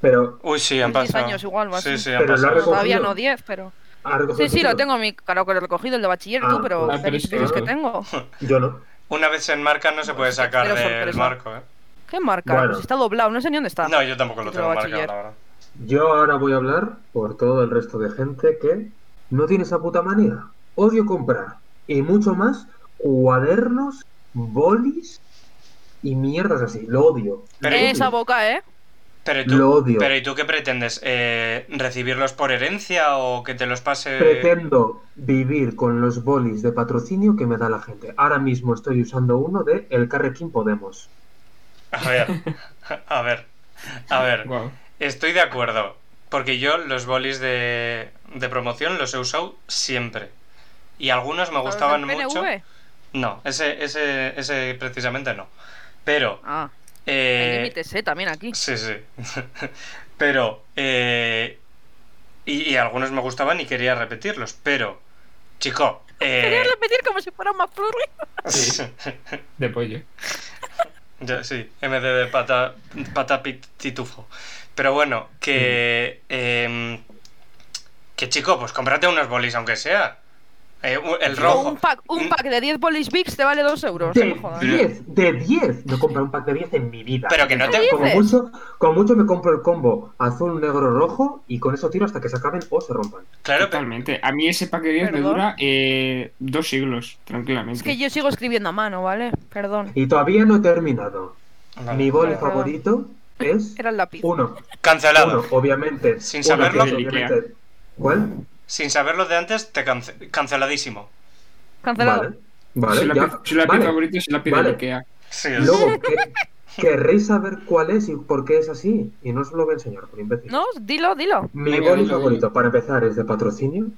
Speaker 4: Pero,
Speaker 1: Uy, sí, han
Speaker 3: 10
Speaker 1: pasado.
Speaker 3: años igual, o así.
Speaker 1: Sí, sí, han
Speaker 4: pero lo has
Speaker 1: pasado.
Speaker 4: recogido.
Speaker 3: Todavía no 10, pero.
Speaker 4: ¿has recogido
Speaker 3: Sí,
Speaker 4: el
Speaker 3: sí, lo
Speaker 4: título?
Speaker 3: tengo en mi. Claro que lo he recogido, el de bachiller,
Speaker 4: Ah,
Speaker 3: tú, pero.
Speaker 4: ah,
Speaker 2: pero es
Speaker 3: feliz
Speaker 2: que-
Speaker 3: Dios que tengo.
Speaker 4: Yo no.
Speaker 1: Una vez en marca no se puede sacar
Speaker 3: Pero
Speaker 1: del
Speaker 3: sorpresa.
Speaker 1: marco, ¿eh?
Speaker 3: ¿Qué marca?
Speaker 4: Bueno.
Speaker 3: Pues está doblado, no sé ni dónde está.
Speaker 1: No, yo tampoco lo
Speaker 3: Título
Speaker 1: tengo marcado,
Speaker 3: bachiller.
Speaker 1: la verdad.
Speaker 4: Yo ahora voy a hablar por todo el resto de gente que no tiene esa puta manía. Odio comprar. Y mucho más, cuadernos, bolis y mierdas así. Lo odio. lo
Speaker 1: Pero-
Speaker 3: Esa
Speaker 4: odio.
Speaker 3: boca, ¿eh?
Speaker 1: Pero ¿y tú,
Speaker 4: Lo odio.
Speaker 1: pero ¿y tú qué pretendes? Eh, ¿Recibirlos por herencia o que te los pase...?
Speaker 4: Pretendo vivir con los bolis de patrocinio que me da la gente. Ahora mismo estoy usando uno de El Carrequín Podemos.
Speaker 1: A ver, a ver, a ver.
Speaker 2: Guau.
Speaker 1: Estoy de acuerdo, porque yo los bolis de, de promoción los he usado siempre. Y algunos me gustaban
Speaker 3: ¿Los del
Speaker 1: mucho.
Speaker 3: PNV?
Speaker 1: No, ese, ese, ese precisamente no. Pero...
Speaker 3: Ah, hay
Speaker 1: eh,
Speaker 3: límites, eh, también aquí.
Speaker 1: Sí, sí. *laughs* pero. eh, y, y algunos me gustaban y quería repetirlos, pero. Chico.
Speaker 3: Quería
Speaker 1: Eh,
Speaker 3: repetir como si fuera un McFlurry.
Speaker 1: *laughs*
Speaker 2: de pollo.
Speaker 1: Ya, sí, MD de pata, pata pit- titufo. Pero bueno, que.
Speaker 4: Mm.
Speaker 1: em, que chico, pues cómprate unos bolis, aunque sea. Eh, u- el rojo.
Speaker 3: Un pack, un pack de 10 bolis Bigs te vale 2 euros.
Speaker 4: De
Speaker 3: no jodas.
Speaker 4: 10, de 10. No compro un pack de 10 en mi vida.
Speaker 1: Pero que no te-
Speaker 4: Como
Speaker 3: ¿Qué
Speaker 4: mucho, como mucho me compro el combo azul, negro, rojo y con eso tiro hasta que se acaben o se rompan.
Speaker 1: Claro, pe-
Speaker 2: Totalmente. A mí ese pack de 10 me
Speaker 3: Perdón.
Speaker 2: dura eh, dos siglos, tranquilamente.
Speaker 3: Es que yo sigo escribiendo a mano, ¿vale? Perdón.
Speaker 4: Y todavía no he terminado.
Speaker 1: Vale.
Speaker 4: Mi boli
Speaker 3: Vale, perdón.
Speaker 4: favorito es
Speaker 3: Era el lápiz.
Speaker 4: uno.
Speaker 1: Cancelado.
Speaker 4: Uno, obviamente.
Speaker 1: Sin
Speaker 4: Uno,
Speaker 1: saberlo.
Speaker 4: que es obviamente- ¿Cuál?
Speaker 1: Sin saberlo de antes, te cance- canceladísimo.
Speaker 3: Cancelado.
Speaker 4: Vale.
Speaker 2: Si
Speaker 4: Vale,
Speaker 2: la
Speaker 4: ya.
Speaker 2: pi- si la
Speaker 4: Vale.
Speaker 2: pido favorito es la pido
Speaker 4: Vale.
Speaker 2: de Ikea.
Speaker 1: Sí, es-
Speaker 4: Luego, que- querréis saber cuál es y por qué es así. Y no os lo voy a enseñar, por imbécil.
Speaker 3: No, dilo, dilo.
Speaker 4: Mi
Speaker 2: Venga,
Speaker 4: boli
Speaker 2: dilo,
Speaker 4: favorito,
Speaker 2: dilo.
Speaker 4: para empezar, es de patrocinio,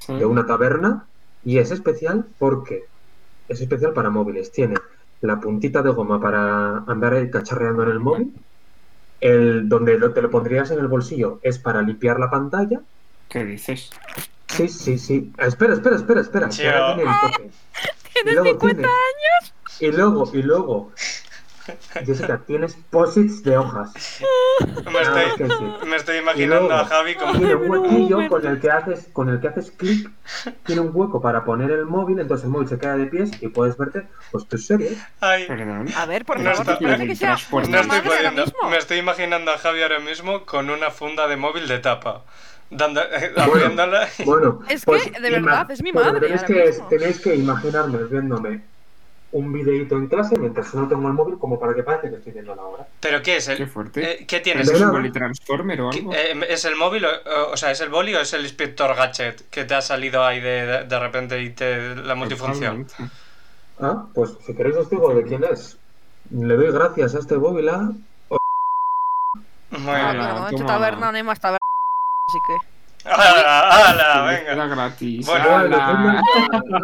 Speaker 2: Sí.
Speaker 4: de una taberna, y es especial porque es especial para móviles. Tiene la puntita de goma para andar ahí cacharreando en el móvil, el donde lo- te lo pondrías en el bolsillo es para limpiar la pantalla.
Speaker 2: ¿Qué dices?
Speaker 4: Sí, sí, sí. Ah, Espera, espera, espera, espera. que
Speaker 1: Tío.
Speaker 4: ahora tiene el toque. Y
Speaker 3: Tienes
Speaker 4: luego
Speaker 3: 50
Speaker 4: tiene- Y luego, y luego. Jessica, tienes posits de hojas. Ah,
Speaker 1: Me
Speaker 4: Nada más
Speaker 1: estoy,
Speaker 4: que decir.
Speaker 1: me estoy imaginando a
Speaker 4: luego-
Speaker 1: Javi como.
Speaker 4: Tiene
Speaker 3: Ay,
Speaker 4: un
Speaker 3: pero
Speaker 4: huequillo
Speaker 3: Hugo,
Speaker 4: con el que haces, con el que haces clic, tiene un hueco para poner el móvil, entonces el móvil se queda de pies y puedes verte pues tus
Speaker 3: *laughs*
Speaker 4: series.
Speaker 1: Ay,
Speaker 2: Perdón.
Speaker 3: A ver, por
Speaker 1: No
Speaker 3: favor,
Speaker 1: está-
Speaker 3: parece que sea
Speaker 2: Transporte.
Speaker 1: no
Speaker 3: una
Speaker 1: estoy
Speaker 3: madre ahora
Speaker 1: pudiendo.
Speaker 3: mismo.
Speaker 1: Me estoy imaginando a Javi ahora mismo con una funda de móvil de tapa. Dando, *laughs* eh,
Speaker 4: Bueno.
Speaker 1: abriéndola. y-
Speaker 4: Bueno,
Speaker 3: Es
Speaker 4: pues,
Speaker 3: que, de
Speaker 4: ima-
Speaker 3: verdad, es mi
Speaker 4: pero
Speaker 3: madre
Speaker 4: Tenéis
Speaker 3: ahora
Speaker 4: que,
Speaker 3: mismo.
Speaker 4: tenéis que imaginarme viéndome un videito en clase mientras no tengo el móvil como para que parezca que estoy viendo la hora.
Speaker 1: ¿Pero qué es? El,
Speaker 2: Qué fuerte.
Speaker 1: eh, ¿Qué tienes?
Speaker 2: ¿Eso
Speaker 4: Pero
Speaker 2: ¿Es
Speaker 4: no-
Speaker 2: un boli transformer o
Speaker 1: ¿Qué-
Speaker 2: algo?
Speaker 1: eh, ¿Es el móvil o, o- o sea, es el boli o es el inspector gadget que te ha salido ahí de, de, de repente y te la multifunción?
Speaker 2: Totalmente.
Speaker 4: Ah, pues si queréis os digo de quién es. Le doy gracias a este móvil a
Speaker 1: Muy
Speaker 3: Ah,
Speaker 1: bien.
Speaker 3: bueno, no, he hecho
Speaker 2: toma.
Speaker 3: taberna, no hay más taberna. Así que.
Speaker 1: *laughs* ¡Hala, hala!
Speaker 2: Pues Era
Speaker 1: Venga.
Speaker 2: gratis.
Speaker 1: Bueno,
Speaker 4: ¡Ala,
Speaker 2: ¡Hala!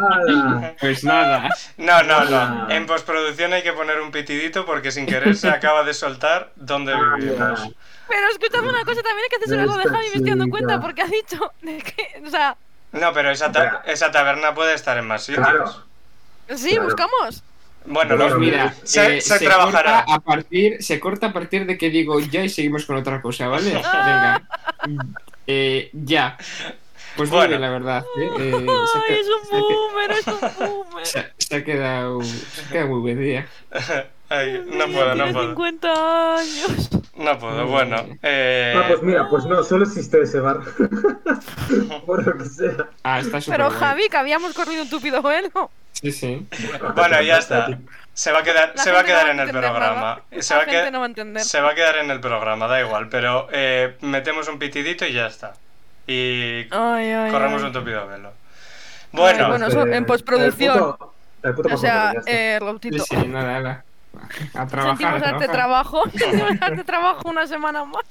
Speaker 4: ala!
Speaker 2: Pues nada.
Speaker 1: No, no, no.
Speaker 4: Hola.
Speaker 1: En postproducción hay que poner un pitidito porque sin querer se acaba de soltar donde *laughs* vivimos.
Speaker 3: Pero escúchame una cosa, también hay que hacerse algo de
Speaker 4: Esta
Speaker 3: Javi, me estoy dando cuenta,
Speaker 4: chica.
Speaker 3: porque ha dicho de que. O sea,
Speaker 1: No, pero esa, ta- esa taberna puede estar en más sitios.
Speaker 4: Claro.
Speaker 3: sí,
Speaker 4: Claro.
Speaker 3: buscamos.
Speaker 1: Bueno,
Speaker 4: Pues
Speaker 1: los-
Speaker 2: Mira,
Speaker 1: se,
Speaker 2: eh,
Speaker 1: se trabajará.
Speaker 2: Corta a partir, se corta a partir de que digo ya y seguimos con otra cosa,
Speaker 1: *laughs*
Speaker 2: ¿vale? Venga. Eh, ya. Pues
Speaker 1: Bueno.
Speaker 2: bueno, la verdad. ¿eh? Eh, se ha
Speaker 3: Ay,
Speaker 2: que-
Speaker 3: es un
Speaker 2: se ha que-
Speaker 3: boomer, es un
Speaker 1: *laughs*
Speaker 3: boomer.
Speaker 2: se ha- se ha quedado, se ha quedado muy buen día.
Speaker 1: *laughs* Ay, no
Speaker 3: Ella
Speaker 1: puedo, no
Speaker 3: Tiene
Speaker 1: puedo.
Speaker 3: 50 años.
Speaker 1: No puedo, bueno. eh,
Speaker 4: Ah, pues mira, pues no, solo existe ese bar. *laughs* Por lo que sea.
Speaker 2: Ah, está súper
Speaker 3: Pero Javi, que habíamos corrido un túpido velo.
Speaker 2: Sí, sí.
Speaker 1: Bueno, ya
Speaker 4: *laughs*
Speaker 1: está. Se va a quedar,
Speaker 3: La
Speaker 1: se va a
Speaker 3: gente
Speaker 1: quedar
Speaker 3: no
Speaker 1: en el
Speaker 3: entender
Speaker 1: programa.
Speaker 3: nada.
Speaker 1: Se va a
Speaker 3: La gente
Speaker 1: quedar-
Speaker 3: no va a entender.
Speaker 1: Se va a quedar en el programa, da igual, pero eh, metemos un pitidito y ya está. Y
Speaker 3: Ay, ay,
Speaker 1: corremos
Speaker 3: ay.
Speaker 1: un tupido a verlo.
Speaker 3: Ay,
Speaker 1: Bueno,
Speaker 3: bueno. eso en
Speaker 4: Eh,
Speaker 3: postproducción.
Speaker 4: el puto- el puto
Speaker 3: O sea,
Speaker 4: pasado, ya está.
Speaker 3: eh,
Speaker 2: Sí,
Speaker 3: Rautito.
Speaker 2: sí, nada, nada. A trabajar.
Speaker 3: Sentimos
Speaker 2: a
Speaker 3: darte
Speaker 2: trabajar.
Speaker 3: trabajo, sentimos darte trabajo una semana más.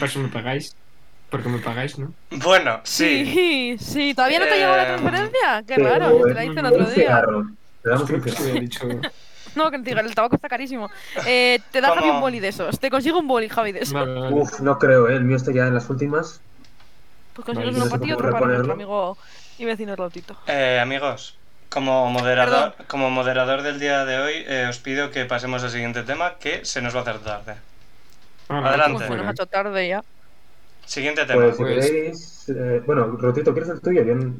Speaker 2: Por eso me pagáis. Porque me pagáis, ¿no?
Speaker 1: bueno, sí.
Speaker 3: sí, sí. ¿Todavía no te ha llegado
Speaker 1: Eh,
Speaker 3: la transferencia? Qué
Speaker 4: Sí,
Speaker 3: raro,
Speaker 4: eh,
Speaker 3: te la hice el otro
Speaker 4: un
Speaker 3: día.
Speaker 4: cigarro. Le damos
Speaker 2: Creo
Speaker 4: un
Speaker 2: que os
Speaker 4: cigarro.
Speaker 2: había dicho.
Speaker 3: No, que te diga, el tabaco está carísimo. Eh, te da
Speaker 1: ¿Cómo?
Speaker 3: Javi un boli de esos. Te consigo un boli, Javi, de esos.
Speaker 2: Vale, vale.
Speaker 4: Uf, no creo, ¿eh? el mío está ya en las últimas.
Speaker 3: Pues consigues
Speaker 2: Vale, no
Speaker 3: uno
Speaker 2: sé
Speaker 3: para ti y
Speaker 4: cómo
Speaker 3: otro para nuestro
Speaker 4: reponerlo.
Speaker 3: amigo y vecino
Speaker 2: Ah,
Speaker 3: Rautito.
Speaker 1: Eh, amigos, como moderador, como moderador del día de hoy, eh, os pido que pasemos al siguiente tema que se nos va a hacer tarde.
Speaker 2: Ahora,
Speaker 1: Adelante.
Speaker 3: Pues bueno, nos ha hecho tarde ya.
Speaker 4: Ah,
Speaker 1: Siguiente tema.
Speaker 4: Pues si
Speaker 2: Pues-
Speaker 4: queréis. eh, bueno, Rotito, ¿quieres el tuyo? Yo... El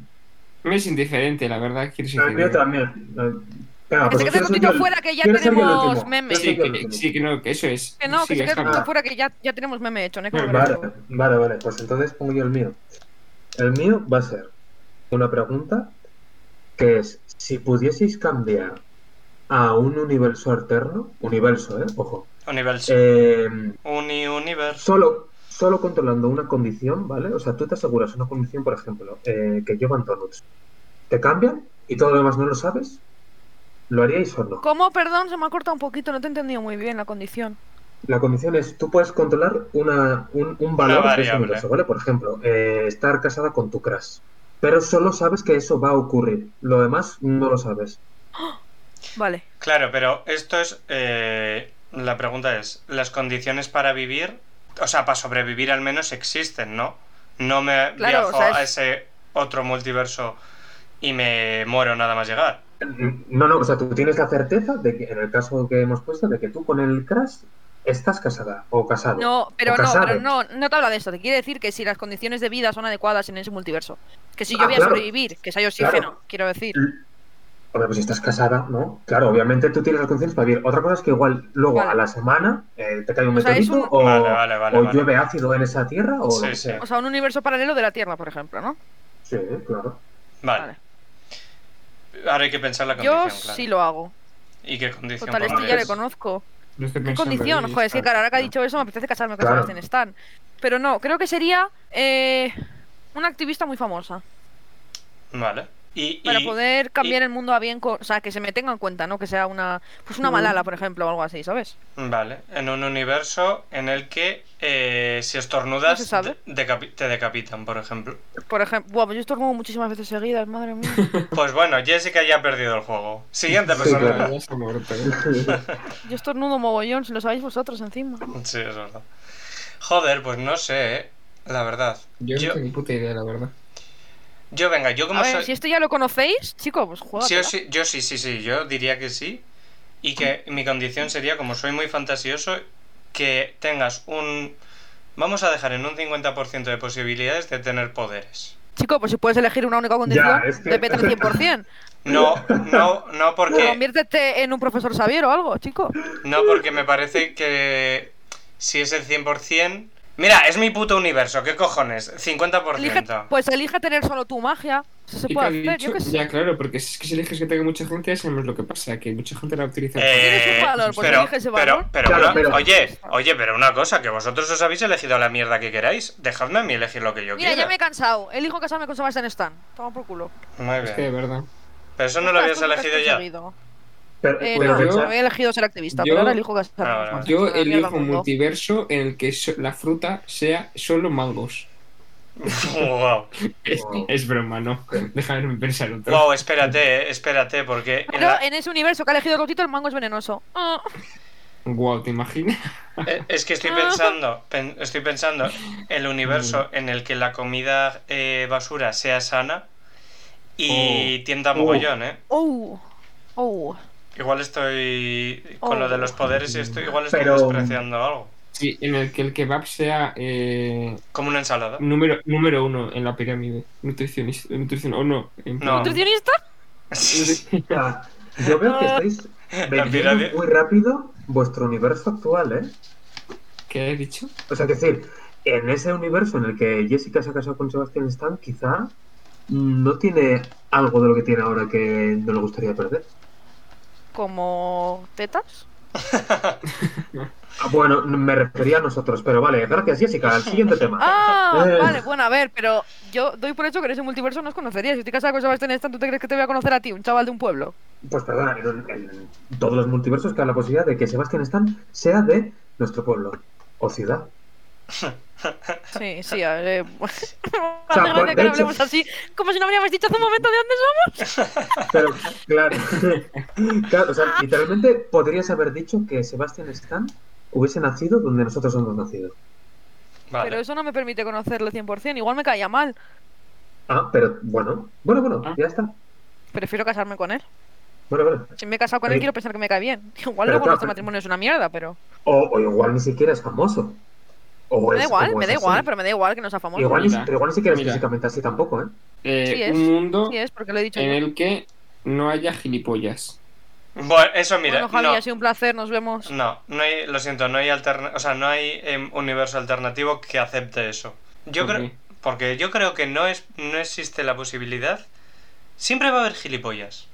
Speaker 2: Me es indiferente, la verdad. Quiero decir
Speaker 4: mío
Speaker 2: que-
Speaker 4: también. Eh, Venga,
Speaker 3: Que se quede
Speaker 4: pues ¿quieres el
Speaker 3: Rautito
Speaker 4: tuyo?
Speaker 3: fuera, que ya
Speaker 4: ¿Quieres el tuyo el
Speaker 3: tenemos
Speaker 4: último?
Speaker 3: memes.
Speaker 2: Sí,
Speaker 4: Sí,
Speaker 2: que,
Speaker 4: claro.
Speaker 2: sí, que no, que eso es.
Speaker 3: Que no, que
Speaker 2: Sí,
Speaker 3: se quede
Speaker 2: está
Speaker 3: Rautito
Speaker 4: Ah.
Speaker 3: fuera, que ya, ya tenemos meme hecho, ¿no? hay que
Speaker 2: Vale.
Speaker 3: volver a
Speaker 4: Vale,
Speaker 3: todo.
Speaker 4: vale, vale. Pues entonces pongo yo el mío. El mío va a ser una pregunta que es: si pudieseis cambiar a un universo alterno, universo, ¿eh? Ojo.
Speaker 1: Universo.
Speaker 4: Eh,
Speaker 1: Uni universo.
Speaker 4: solo, solo controlando una condición, ¿vale? O sea, tú te aseguras una condición, por ejemplo, eh, que llevan donuts. Te cambian y todo lo demás no lo sabes. ¿Lo haríais o no?
Speaker 3: ¿Cómo? Perdón, se me ha cortado un poquito, no te he entendido muy bien la condición.
Speaker 4: La condición es, tú puedes controlar una, un, un valor de ese
Speaker 1: variable.
Speaker 4: universo, ¿vale? Por ejemplo, eh, estar casada con tu crush. Pero solo sabes que eso va a ocurrir. Lo demás no lo sabes.
Speaker 3: Vale.
Speaker 1: Claro, pero esto es. eh, la pregunta es: ¿las condiciones para vivir, o sea, para sobrevivir al menos existen, no? No me
Speaker 3: Claro, o
Speaker 1: viajo
Speaker 3: sea, es-
Speaker 1: a ese otro multiverso y me muero nada más llegar.
Speaker 4: No, no, o sea, tú tienes la certeza de que, en el caso que hemos puesto, de que tú con el crush estás casada o casado.
Speaker 3: No, pero
Speaker 4: Nunca
Speaker 3: no, pero
Speaker 4: sabes.
Speaker 3: no, no te habla de esto. Te quiere decir que si las condiciones de vida son adecuadas en ese multiverso. Que si yo
Speaker 4: Ah,
Speaker 3: voy a
Speaker 4: claro.
Speaker 3: sobrevivir, que si hay oxígeno,
Speaker 4: Claro.
Speaker 3: quiero decir.
Speaker 4: Hombre, pues si estás casada, ¿no? Claro, obviamente tú tienes las condiciones para vivir. Otra cosa es que igual luego
Speaker 3: Vale.
Speaker 4: a la semana eh, te cae un
Speaker 3: O sea, es
Speaker 4: meteorito
Speaker 3: un-
Speaker 4: o,
Speaker 1: Vale, vale, vale,
Speaker 4: o
Speaker 1: vale.
Speaker 4: llueve ácido en esa tierra o
Speaker 1: Sí,
Speaker 4: lo que
Speaker 1: sí.
Speaker 4: sea.
Speaker 3: O sea, un universo paralelo de la Tierra, por ejemplo, ¿no?
Speaker 4: Sí,
Speaker 3: *laughs*
Speaker 4: claro.
Speaker 1: Vale. Ahora hay que pensar la
Speaker 3: Yo
Speaker 1: condición, claro.
Speaker 3: sí lo hago.
Speaker 1: ¿Y qué condición
Speaker 3: Total, esto
Speaker 1: pondrías?
Speaker 3: ya le conozco.
Speaker 2: Yo estoy
Speaker 3: ¿Qué
Speaker 2: pensando
Speaker 3: condición?
Speaker 2: ahí,
Speaker 3: Joder, es que
Speaker 2: está.
Speaker 3: claro, ahora que ha dicho eso me apetece casarme con
Speaker 4: Claro.
Speaker 3: Sebastián Stan. Pero no, creo que sería eh, una activista muy famosa.
Speaker 1: Vale. Y,
Speaker 3: Para
Speaker 1: y-
Speaker 3: poder cambiar el mundo a bien, co- o sea, que se me tenga en cuenta, ¿no? Que sea una pues
Speaker 4: Mm.
Speaker 3: una malala, por ejemplo, o algo así, ¿sabes?
Speaker 1: Vale. En un universo en el que eh, si
Speaker 3: No se
Speaker 1: estornudas
Speaker 3: sabe.
Speaker 1: de- decapi- te decapitan, por ejemplo.
Speaker 3: Por ejemplo, bueno, yo estornudo muchísimas veces seguidas, madre
Speaker 4: *laughs*
Speaker 3: mía.
Speaker 1: Pues bueno, Jessica ya ha perdido el juego. Siguiente
Speaker 4: Sí,
Speaker 1: persona.
Speaker 4: claro.
Speaker 2: Ya está muerto. ¿eh?
Speaker 3: Yo estornudo mogollón, si lo sabéis vosotros encima.
Speaker 1: Sí, es verdad. Joder, pues no sé, eh, la verdad.
Speaker 2: Yo
Speaker 1: Yo-
Speaker 2: no tengo ni puta idea, la verdad.
Speaker 1: Yo, venga, yo como
Speaker 3: A ver,
Speaker 1: soy...
Speaker 3: si esto ya lo conocéis, chicos, pues
Speaker 1: Sí,
Speaker 3: juega.
Speaker 1: o sí- yo sí, sí, sí, yo diría que sí. Y que mi condición sería, como soy muy fantasioso, que tengas un... Vamos a dejar en un 50% de posibilidades de tener poderes.
Speaker 3: Chico, pues si puedes elegir una única condición,
Speaker 4: es que-
Speaker 3: te
Speaker 4: *laughs*
Speaker 3: peta el 100%.
Speaker 1: No,
Speaker 2: *laughs*
Speaker 1: no, no porque...
Speaker 3: Conviértete en un profesor Xavier o algo, chico.
Speaker 1: No porque me parece que si es el 100%... Mira, es mi puto universo, ¿qué cojones? 50%.
Speaker 3: Elige- pues elige tener solo tu magia. Eso se
Speaker 2: ¿Y qué
Speaker 3: puede
Speaker 2: ha
Speaker 3: hacer, yo
Speaker 2: dicho?
Speaker 3: qué sé.
Speaker 2: Ya, claro, porque si es que si eliges que tenga mucha gente, ya sabemos lo que pasa, que mucha gente la utiliza.
Speaker 1: Eh,
Speaker 3: Tienes un valor, pues
Speaker 1: pero,
Speaker 3: elige ese
Speaker 1: pero-
Speaker 3: valor.
Speaker 1: pero
Speaker 4: Claro,
Speaker 1: una-
Speaker 4: pero-
Speaker 1: oye, oye, pero una cosa, que vosotros os habéis elegido la mierda que queráis. Dejadme a mí elegir lo que yo
Speaker 3: Mira,
Speaker 1: quiera.
Speaker 3: ya me he cansado. Elijo casarme con Sebastian Stan. Toma por culo.
Speaker 1: Muy
Speaker 2: Es que de
Speaker 1: bien.
Speaker 2: verdad.
Speaker 1: Pero eso no lo habías
Speaker 3: Esto nunca has
Speaker 1: elegido ya.
Speaker 3: conseguido.
Speaker 4: Pero,
Speaker 3: Eh,
Speaker 2: Pero
Speaker 3: no,
Speaker 2: yo-
Speaker 3: había elegido ser activista,
Speaker 2: yo-
Speaker 3: pero ahora elijo casarme.
Speaker 1: Ah, vale, vale.
Speaker 2: Yo
Speaker 3: Una mierda
Speaker 2: elijo un
Speaker 3: mundo.
Speaker 2: multiverso en el que so- la fruta sea solo mangos.
Speaker 1: wow.
Speaker 2: Es,
Speaker 4: Wow.
Speaker 2: *laughs* es broma, ¿no. Déjame pensar otro.
Speaker 1: Wow, espérate, eh, espérate,
Speaker 3: *laughs*
Speaker 1: porque en
Speaker 3: Pero
Speaker 1: la-
Speaker 3: en ese universo que ha elegido Rotito, el mango es venenoso. Ah,
Speaker 2: Wow, ¿te imaginas?
Speaker 1: eh, es que estoy pensando, pen- estoy
Speaker 3: *laughs*
Speaker 1: pensando el universo en el que la comida eh, basura sea sana y tienda
Speaker 2: Oh.
Speaker 1: mogollón, ¿eh?
Speaker 3: Oh, oh.
Speaker 1: Igual estoy con lo de los poderes y estoy igual estoy
Speaker 4: Pero-
Speaker 1: despreciando algo.
Speaker 2: Sí, en el que el kebab sea eh,
Speaker 1: Como una ensalada.
Speaker 2: número, número uno en la pirámide. Nutricionista. nutrición- o no. en plan-
Speaker 1: No.
Speaker 3: ¿Nutricionista?
Speaker 4: o sea, yo veo que estáis vendiendo
Speaker 1: pirámide.
Speaker 4: muy rápido vuestro universo actual, ¿eh?
Speaker 2: ¿Qué he dicho?
Speaker 4: O sea, que decir, en ese universo en el que Jessica se ha casado con Sebastián Stan, quizá mm, no tiene algo de lo que tiene ahora que no le gustaría perder.
Speaker 3: Como tetas.
Speaker 4: Ah, Bueno, me refería a nosotros, pero vale, gracias Jessica. Al
Speaker 3: *laughs*
Speaker 4: siguiente tema.
Speaker 3: Ah,
Speaker 4: Eh.
Speaker 3: vale, bueno, a ver, pero yo doy por hecho que en ese multiverso nos conocerías. Si estoy casada con Sebastián Stan, ¿tú te crees que te voy a conocer a ti, un chaval de un pueblo?
Speaker 4: Pues perdona, en, en todos los multiversos cabe la posibilidad de que Sebastián Stan sea de nuestro pueblo o ciudad.
Speaker 3: Sí, sí, a ver. eh, *laughs*
Speaker 4: O sea,
Speaker 3: hace
Speaker 4: por-
Speaker 3: gracia
Speaker 4: de
Speaker 3: que lo
Speaker 4: hecho-
Speaker 3: hablemos así, como si no habríamos dicho hace un momento de dónde somos.
Speaker 4: Pero, claro, *laughs* claro, o sea, literalmente podrías haber dicho que Sebastián Stan hubiese nacido donde nosotros hemos nacido.
Speaker 1: *laughs* Vale.
Speaker 3: Pero eso no me permite conocerle 100%, igual me caía mal.
Speaker 4: Ah, pero bueno, bueno, bueno,
Speaker 2: Ah.
Speaker 4: ya está.
Speaker 3: Prefiero casarme con él.
Speaker 4: Bueno, bueno.
Speaker 3: Si me he casado con él,
Speaker 4: Pero-
Speaker 3: quiero pensar que me cae bien. *laughs* Igual
Speaker 4: pero
Speaker 3: luego
Speaker 4: claro,
Speaker 3: nuestro
Speaker 4: pero-
Speaker 3: matrimonio es una mierda, pero.
Speaker 4: O, o igual ni siquiera es famoso. O
Speaker 3: Me da
Speaker 4: es-
Speaker 3: igual,
Speaker 4: o
Speaker 3: me
Speaker 4: es
Speaker 3: da
Speaker 4: así.
Speaker 3: igual, pero me da igual que no sea famoso.
Speaker 4: Pues, Igual ni-
Speaker 2: Mira,
Speaker 4: pero igual ni siquiera es
Speaker 2: mira.
Speaker 4: físicamente así tampoco, ¿eh?
Speaker 2: Eh,
Speaker 3: Sí es,
Speaker 2: un mundo
Speaker 3: Sí, es porque lo he dicho
Speaker 2: en
Speaker 3: yo.
Speaker 1: Eh,
Speaker 2: el que no haya gilipollas.
Speaker 1: Bueno, eso mira,
Speaker 3: bueno, Javi,
Speaker 1: no. Mm.
Speaker 3: ha sido un placer, nos vemos.
Speaker 1: No, no hay, lo siento, no hay alterna o sea, no hay em, universo alternativo que acepte eso. Yo
Speaker 2: ¿Por
Speaker 1: creo
Speaker 2: qué?
Speaker 1: porque yo creo que no es no existe la posibilidad. Siempre va a haber gilipollas.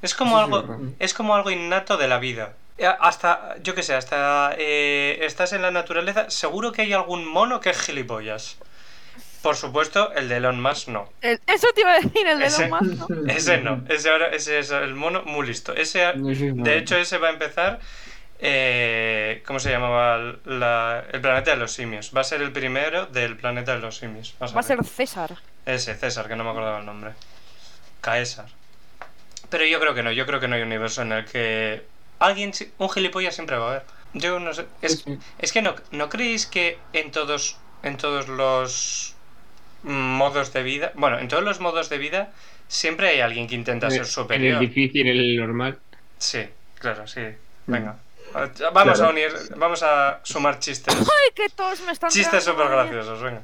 Speaker 1: Es como
Speaker 2: Eso sí es
Speaker 1: algo,
Speaker 2: verdad.
Speaker 1: es como algo innato de la vida. Eh, Hasta, yo qué sé, hasta eh, estás en la naturaleza, seguro que hay algún mono que es gilipollas. Por supuesto, el de Elon Musk no.
Speaker 3: El- eso te iba a decir, el de
Speaker 1: Ese-
Speaker 3: los más,
Speaker 1: *laughs*
Speaker 3: ¿no?
Speaker 1: Ese no, ese ahora, ese es el mono muy listo. Ese, ha-
Speaker 2: No, eso es
Speaker 1: de
Speaker 2: verdad.
Speaker 1: hecho, ese va a empezar. eh, ¿Cómo se llamaba la- el planeta de los simios? Va a ser el primero del planeta de los simios. vas
Speaker 3: Va a
Speaker 1: ver.
Speaker 3: ser César.
Speaker 1: Ese, César, que no me acordaba el nombre. Caesar. Pero yo creo que no, yo creo que no hay universo en el que alguien, si- un gilipollas siempre va a haber. Yo no sé, es,
Speaker 2: Sí, sí.
Speaker 1: es que no, ¿no creéis que en todos, en todos los modos de vida, bueno, en todos los modos de vida siempre hay alguien que intenta ser
Speaker 2: En el
Speaker 1: superior?
Speaker 2: difícil, en el normal.
Speaker 1: Sí, claro, sí. Venga. Ah, Vamos
Speaker 4: Claro.
Speaker 1: a unir, vamos a sumar chistes.
Speaker 3: Ay, que todos me están.
Speaker 1: Chistes
Speaker 3: dando
Speaker 1: súper
Speaker 3: rabia.
Speaker 1: graciosos, venga.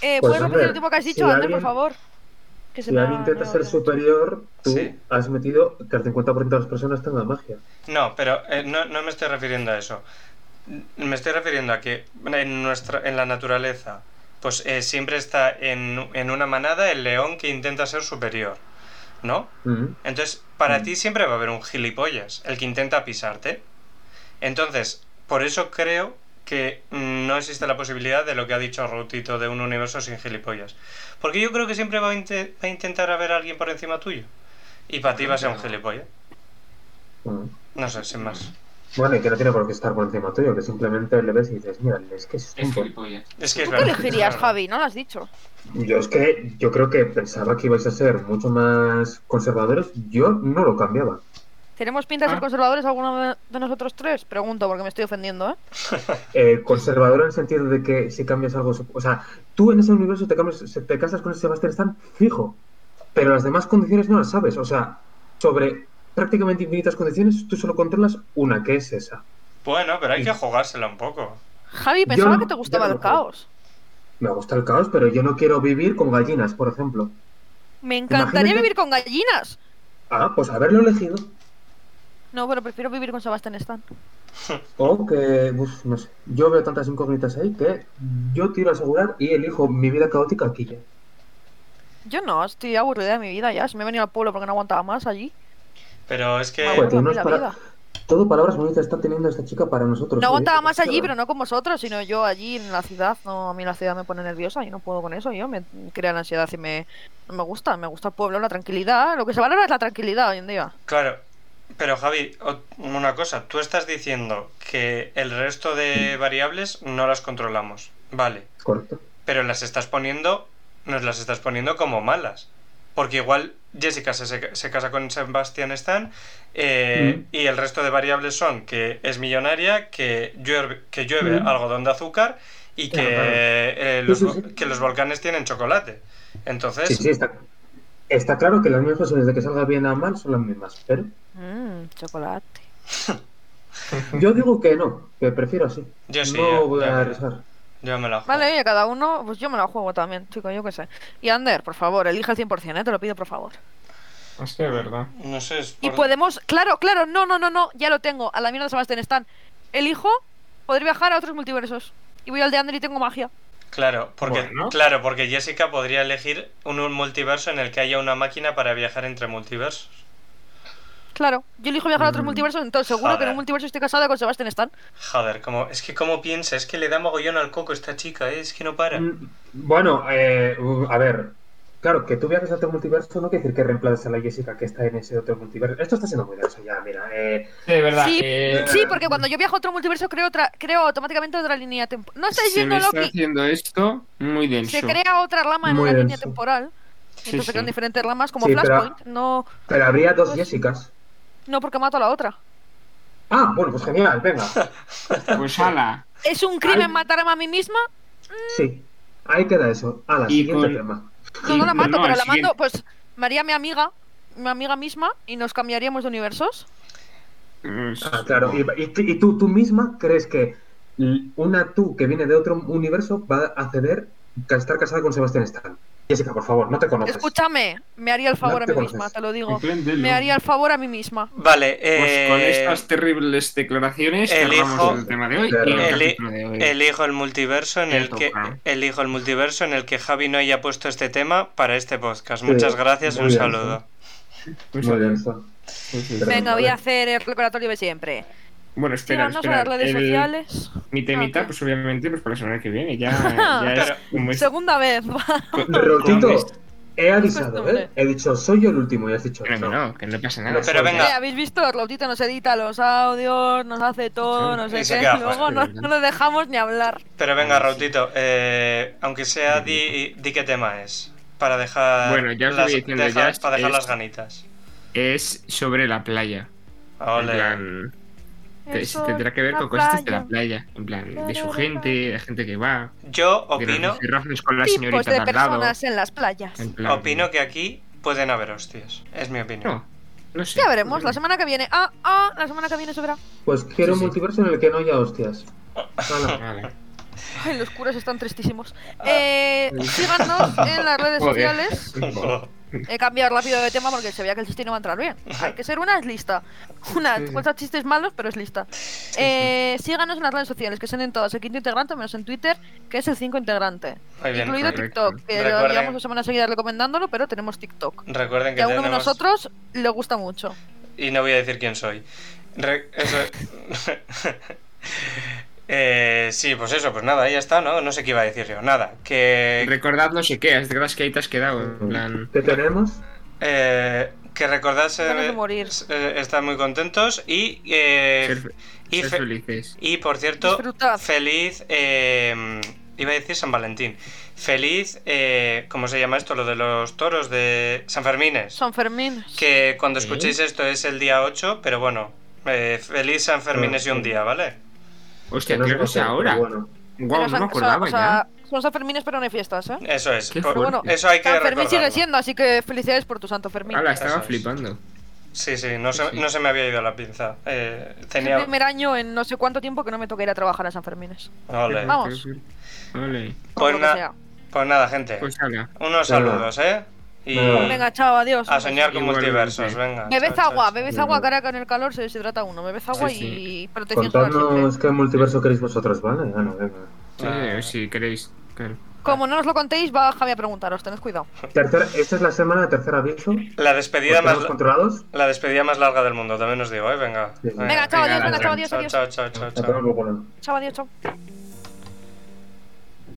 Speaker 3: Eh,
Speaker 4: Pues,
Speaker 3: ¿Puedes repetir
Speaker 4: hombre,
Speaker 3: el último que has dicho,
Speaker 4: si
Speaker 3: Ander,
Speaker 4: alguien-
Speaker 3: por favor? Que se
Speaker 4: Si
Speaker 3: me ha-
Speaker 4: alguien intenta
Speaker 3: no
Speaker 4: ser
Speaker 3: lo-
Speaker 4: superior, tú
Speaker 1: Sí.
Speaker 4: has metido que el 50% de las personas tengan magia.
Speaker 1: No, pero eh, no, no me estoy refiriendo a eso. N- Me estoy refiriendo a que en, nuestra, en la naturaleza, pues eh, siempre está en, en una manada el león que intenta ser superior, ¿no?
Speaker 4: Mm.
Speaker 1: Entonces, para
Speaker 4: Mm.
Speaker 1: ti siempre va a haber un gilipollas, el que intenta pisarte. Entonces, por eso creo que mm, no existe la posibilidad de lo que ha dicho Routito de un universo sin gilipollas. Porque yo creo que siempre va a, inte- va a intentar haber alguien por encima tuyo. Y para ti va a ser un gilipollas.
Speaker 4: Mm.
Speaker 1: No sé, sin más.
Speaker 4: Bueno, y que no tiene por qué estar por encima tuyo, que simplemente le ves y dices, mira, es que *laughs* es tonto.
Speaker 1: Es que
Speaker 3: ¿Tú
Speaker 1: es
Speaker 3: qué
Speaker 1: verdad, es
Speaker 3: elegirías,
Speaker 1: verdad.
Speaker 3: Javi? No lo has dicho.
Speaker 4: Yo es que yo creo que pensaba que ibais a ser mucho más conservadores. Yo no lo cambiaba.
Speaker 3: ¿Tenemos pinta de ser
Speaker 2: Ah.
Speaker 3: conservadores alguno de, de nosotros tres? Pregunto, porque me estoy ofendiendo, ¿eh?
Speaker 4: Eh, conservador en el sentido de que si cambias algo, o sea, tú en ese universo te, cambias, se- te casas con Sebastián Stan fijo, pero las demás condiciones no las sabes. O sea, sobre prácticamente infinitas condiciones, tú solo controlas una, que es esa.
Speaker 1: Bueno, pero hay que
Speaker 4: Sí.
Speaker 1: jugársela un poco.
Speaker 3: Javi, pensaba
Speaker 4: no-
Speaker 3: que te
Speaker 4: yo
Speaker 3: gustaba
Speaker 4: no
Speaker 3: el
Speaker 4: lo juego.
Speaker 3: caos.
Speaker 4: Me gusta el caos, pero yo no quiero vivir con gallinas, por ejemplo.
Speaker 3: Me encantaría
Speaker 4: Imagínate-
Speaker 3: vivir con gallinas.
Speaker 4: Ah, pues haberlo elegido.
Speaker 3: No, pero prefiero vivir con Sebastián Stan.
Speaker 4: O que, uf, no sé, yo veo tantas incógnitas ahí que yo tiro a asegurar y elijo mi vida caótica aquí ya.
Speaker 3: Yo no, estoy aburrida de mi vida ya. Se me he venido al pueblo porque no aguantaba más allí.
Speaker 1: Pero es que.
Speaker 3: Me
Speaker 4: Joder,
Speaker 3: aburre a mí
Speaker 4: no es
Speaker 3: la
Speaker 4: para-
Speaker 3: vida.
Speaker 4: Todo palabras bonitas está teniendo esta chica para nosotros. ¿eh?
Speaker 3: No
Speaker 4: oye,
Speaker 3: aguantaba
Speaker 4: qué
Speaker 3: más allí,
Speaker 4: pasada.
Speaker 3: pero no con vosotros, sino yo allí en la ciudad. No, a mí la ciudad me pone nerviosa, yo no puedo con eso, yo me crea la ansiedad y me no me gusta, me gusta el pueblo, la tranquilidad, lo que se valora es la tranquilidad hoy en día.
Speaker 1: Claro. Pero Javi, o- una cosa. Tú estás diciendo que el resto de variables no las controlamos. Vale.
Speaker 4: Correcto.
Speaker 1: Pero las estás poniendo. Nos las estás poniendo como malas. Porque igual Jessica se, se- se casa con Sebastián Stan.
Speaker 4: Mm.
Speaker 1: eh, Y el resto de variables son que es millonaria, que llueve, que llueve
Speaker 4: Mm.
Speaker 1: algodón de azúcar y que,
Speaker 4: Claro, claro.
Speaker 1: eh,
Speaker 4: Sí,
Speaker 1: los,
Speaker 4: sí,
Speaker 1: vo-
Speaker 4: sí.
Speaker 1: que los volcanes tienen chocolate. Entonces,
Speaker 4: Sí, sí, está, está claro que las mismas opciones de que salga bien a mal son las mismas, pero
Speaker 3: Mmm, chocolate.
Speaker 4: yo digo que no, que prefiero así.
Speaker 1: yo sí.
Speaker 4: no
Speaker 1: ya-
Speaker 4: voy
Speaker 1: ya me-
Speaker 4: a arriesgar.
Speaker 1: Yo me la juego.
Speaker 3: Vale, oye, cada uno, pues yo me la juego también, chico, yo qué sé. Y Ander, por favor, elige el 100%, ¿eh? te lo pido por favor.
Speaker 2: Es que es verdad.
Speaker 1: No sé, es
Speaker 3: Y
Speaker 1: por-
Speaker 3: podemos, claro, claro, no, no, no, no, ya lo tengo, a la mierda Sebastián Stan. Elijo poder viajar a otros multiversos. Y voy al de Ander y tengo magia.
Speaker 1: Claro, porque
Speaker 2: Bueno.
Speaker 1: claro, porque Jessica podría elegir un, un multiverso en el que haya una máquina para viajar entre multiversos.
Speaker 3: Claro, yo elijo viajar a otros
Speaker 4: Mm.
Speaker 3: multiversos, entonces seguro que en
Speaker 1: Joder.
Speaker 3: un multiverso estoy casada con Sebastián Stan.
Speaker 1: Joder, como es que cómo piensa, es que le da mogollón al coco esta chica, ¿eh? es que no para.
Speaker 4: Mm, Bueno, eh, uh, a ver. Claro, que tú viajes a otro multiverso no quiere decir que reemplaces a la Jessica que está en ese otro multiverso. Esto está siendo muy denso ya, mira. Eh,
Speaker 2: Sí, es verdad.
Speaker 3: Sí,
Speaker 2: eh,
Speaker 3: Sí, porque cuando yo viajo a otro multiverso creo otra, creo automáticamente otra línea temporal. No estáis
Speaker 2: se me
Speaker 3: viendo
Speaker 2: está
Speaker 3: Loki.
Speaker 2: haciendo esto muy denso.
Speaker 3: Se crea otra rama en
Speaker 4: Muy
Speaker 3: una línea
Speaker 4: denso.
Speaker 3: temporal.
Speaker 2: Sí,
Speaker 3: Entonces
Speaker 2: sí.
Speaker 3: se crean diferentes ramas como
Speaker 4: Sí, pero-
Speaker 3: Flashpoint. No,
Speaker 4: pero habría dos
Speaker 3: Pues-
Speaker 4: Jessicas.
Speaker 3: no porque mato a la otra.
Speaker 4: Ah, bueno, pues genial, venga.
Speaker 2: Pues ala.
Speaker 3: ¿Es un crimen matarme a mí misma?
Speaker 4: Sí. Ahí queda eso. A la
Speaker 2: Y
Speaker 4: siguiente
Speaker 2: con-
Speaker 4: tema.
Speaker 3: Yo no la mato, pero
Speaker 2: al
Speaker 3: la
Speaker 2: siguiente.
Speaker 3: mando, pues María mi amiga, mi amiga misma, y nos cambiaríamos de universos.
Speaker 4: Ah, claro. Y, y- y tú, tú misma crees que l- una tú que viene de otro universo va a acceder a estar casada con Sebastián Stan. Jessica, por favor, no te conoces.
Speaker 3: Escúchame, me haría el favor
Speaker 4: No
Speaker 3: a
Speaker 4: te
Speaker 3: mí misma,
Speaker 4: conoces.
Speaker 3: te lo digo.
Speaker 2: Compréndelo.
Speaker 3: Me haría el favor a mí misma.
Speaker 1: Vale,
Speaker 2: Pues con
Speaker 1: eh,
Speaker 2: estas terribles declaraciones
Speaker 1: elijo-
Speaker 2: cerramos el tema de hoy.
Speaker 4: Claro.
Speaker 2: y el
Speaker 1: Eli-
Speaker 2: capítulo de hoy.
Speaker 1: elijo el multiverso en
Speaker 2: Me
Speaker 1: el que
Speaker 2: toca.
Speaker 1: elijo el multiverso en el que Javi no haya puesto este tema para este podcast. Muchas gracias,
Speaker 4: muy
Speaker 1: un
Speaker 4: bien,
Speaker 1: saludo.
Speaker 4: Muy denso.
Speaker 2: Pues Sí, pues sí.
Speaker 4: Pero-
Speaker 5: Venga, voy
Speaker 4: vale.
Speaker 5: a hacer el reparatorio de siempre.
Speaker 2: Bueno, espera,
Speaker 3: Síganos en
Speaker 2: espera.
Speaker 3: las redes
Speaker 2: el-
Speaker 3: sociales.
Speaker 2: mitad y
Speaker 3: Ah,
Speaker 2: mitad,
Speaker 3: ok.
Speaker 2: pues obviamente, pues para la semana que viene.
Speaker 3: *laughs*
Speaker 2: Ya, ya es
Speaker 1: Pero-
Speaker 2: como es-
Speaker 3: Segunda vez. *laughs*
Speaker 2: co-
Speaker 4: Rotito,
Speaker 2: como es-
Speaker 4: he avisado, ¿eh?
Speaker 3: costumbre.
Speaker 4: He dicho, soy yo el último y has dicho,
Speaker 2: Pero que
Speaker 4: no.
Speaker 2: no, que no pasa nada.
Speaker 1: Pero venga.
Speaker 3: Eh, ¿Habéis visto? Rautito nos edita los audios, nos hace todo,
Speaker 2: Sí.
Speaker 3: no
Speaker 1: Y
Speaker 3: sé
Speaker 1: se
Speaker 3: qué.
Speaker 1: queda
Speaker 3: Luego
Speaker 2: fuera.
Speaker 3: no, no nos dejamos ni hablar.
Speaker 1: Pero venga,
Speaker 2: Sí.
Speaker 1: Rautito, eh, aunque sea, di, di qué tema es. Para dejar,
Speaker 2: Bueno, ya os lo
Speaker 1: las,
Speaker 2: voy diciendo,
Speaker 1: dejar-
Speaker 2: ya
Speaker 1: para dejar
Speaker 2: es-
Speaker 1: las ganitas.
Speaker 2: Es sobre la playa. En
Speaker 1: Ole.
Speaker 2: plan, te-
Speaker 3: El sol,
Speaker 2: tendrá que ver
Speaker 3: la
Speaker 2: con cosas de la
Speaker 3: playa.
Speaker 2: playa. En plan, de su gente, de la gente que va,
Speaker 1: Yo
Speaker 2: de los
Speaker 1: opino,
Speaker 2: rifirrafes con la
Speaker 3: Tipos
Speaker 2: señorita
Speaker 3: de
Speaker 2: de al lado.
Speaker 3: personas en las playas.
Speaker 2: En plan,
Speaker 1: opino que aquí pueden haber hostias. Es mi opinión.
Speaker 2: No, no sé. Pues
Speaker 3: Ya veremos, la
Speaker 2: Bueno.
Speaker 3: semana que viene. Ah, ah, la semana que viene se verá.
Speaker 4: Pues quiero
Speaker 2: Sí, sí.
Speaker 4: un multiverso en el que no haya hostias. Hala.
Speaker 2: Vale.
Speaker 3: Ay, los curas están tristísimos.
Speaker 1: Ah.
Speaker 3: Eh, síganos en las redes
Speaker 2: Joder.
Speaker 3: sociales.
Speaker 1: *laughs*
Speaker 2: pues
Speaker 1: Ojo.
Speaker 3: He cambiado rápido de tema porque se veía que el chiste no va a entrar bien. Hay que ser una es lista. Una
Speaker 2: Sí, sí.
Speaker 3: cuenta chistes malos, pero es lista. Eh, síganos en las redes sociales, que son en todas. El quinto integrante, menos en Twitter, que es el cinco integrante.
Speaker 1: Muy bien.
Speaker 3: Incluido
Speaker 2: correcto.
Speaker 3: TikTok, que
Speaker 1: Recuerden-
Speaker 3: lo llevamos dos semanas seguidas recomendándolo, pero tenemos TikTok.
Speaker 1: Recuerden
Speaker 3: Que
Speaker 1: que
Speaker 3: a uno de
Speaker 1: tenemos-
Speaker 3: nosotros le gusta mucho.
Speaker 1: Y no voy a decir quién soy. Re- eso- *laughs* Eh, sí, pues eso, pues nada, ya está, ¿no? No sé qué iba a decir yo. Nada, que,
Speaker 2: Recordad no sé qué, es de las que ahí te has quedado. *laughs*
Speaker 4: Mm.
Speaker 2: En plan,
Speaker 4: ¿Qué tenemos?
Speaker 1: eh, que recordarse
Speaker 3: Ganas de morir.
Speaker 1: eh, estar muy contentos y, eh,
Speaker 2: ser, ser
Speaker 1: y, fe-
Speaker 2: felices.
Speaker 1: y, por cierto,
Speaker 3: Disfrutad.
Speaker 1: feliz, eh, iba a decir San Valentín, feliz, eh, ¿cómo se llama esto? Lo de los toros de San Fermines.
Speaker 3: San Fermín.
Speaker 1: Que cuando
Speaker 2: Sí.
Speaker 1: escuchéis esto es el día 8, pero bueno, eh, feliz San Fermín y un día, ¿vale?
Speaker 2: Hostia,
Speaker 4: Que no
Speaker 2: creo
Speaker 4: sé
Speaker 2: que
Speaker 4: por
Speaker 2: es
Speaker 4: qué, pero
Speaker 2: ahora.
Speaker 4: Bueno,
Speaker 2: Guau,
Speaker 3: Pero
Speaker 2: no
Speaker 3: San-
Speaker 2: me acordaba
Speaker 3: o sea, Son San Fermines, pero no hay fiestas, ¿eh?
Speaker 1: Eso es.
Speaker 2: Qué
Speaker 1: Por-
Speaker 3: fuerte.
Speaker 1: Eso hay que
Speaker 3: San Fermín sigue
Speaker 1: recordarlo.
Speaker 3: siendo, así que felicidades por tu Santo Fermín.
Speaker 2: ya. Ala, estaba
Speaker 1: Eso es.
Speaker 2: flipando.
Speaker 1: Sí, sí, no se,
Speaker 2: Sí.
Speaker 1: no se me había ido la pinza. Eh,
Speaker 3: Es
Speaker 1: tenía...
Speaker 3: el primer año en no sé cuánto tiempo que no me toca ir a trabajar a San Fermines.
Speaker 1: Ole.
Speaker 3: Vamos.
Speaker 2: Ole.
Speaker 3: por
Speaker 1: Pues,
Speaker 3: lo que
Speaker 1: na-
Speaker 3: sea.
Speaker 1: pues nada, gente.
Speaker 2: Pues ala.
Speaker 1: Unos saludos, ¿eh? Y
Speaker 4: Nada.
Speaker 3: Venga, chao, adiós.
Speaker 1: a soñar con
Speaker 2: Igualmente.
Speaker 1: multiversos, venga.
Speaker 3: Bebes
Speaker 1: chao,
Speaker 3: agua,
Speaker 1: chao,
Speaker 3: bebes
Speaker 4: chao.
Speaker 3: agua, cara que en el calor se deshidrata uno. Bebes agua
Speaker 2: Sí, sí.
Speaker 3: y protección solar siempre.
Speaker 4: contadnos qué multiverso queréis vosotros, ¿vale? Bueno, venga.
Speaker 2: Sí,
Speaker 1: Ah.
Speaker 2: si queréis. Claro.
Speaker 3: Como no nos lo contéis, va Javi a preguntaros, tened cuidado.
Speaker 4: Tercer- esta es la semana de tercer aviso.
Speaker 1: chao. La despedida,
Speaker 4: ¿Los
Speaker 1: más,
Speaker 4: Pues tenemos controlados?
Speaker 1: la despedida más larga del mundo, también os digo, ¿eh? Venga.
Speaker 4: Sí.
Speaker 3: Venga, chao,
Speaker 2: adiós, venga,
Speaker 3: chao, adiós, adiós.
Speaker 1: Chao, chao, chao,
Speaker 4: La
Speaker 1: chao.
Speaker 4: tenemos controlada.
Speaker 3: Chao, adiós, chao.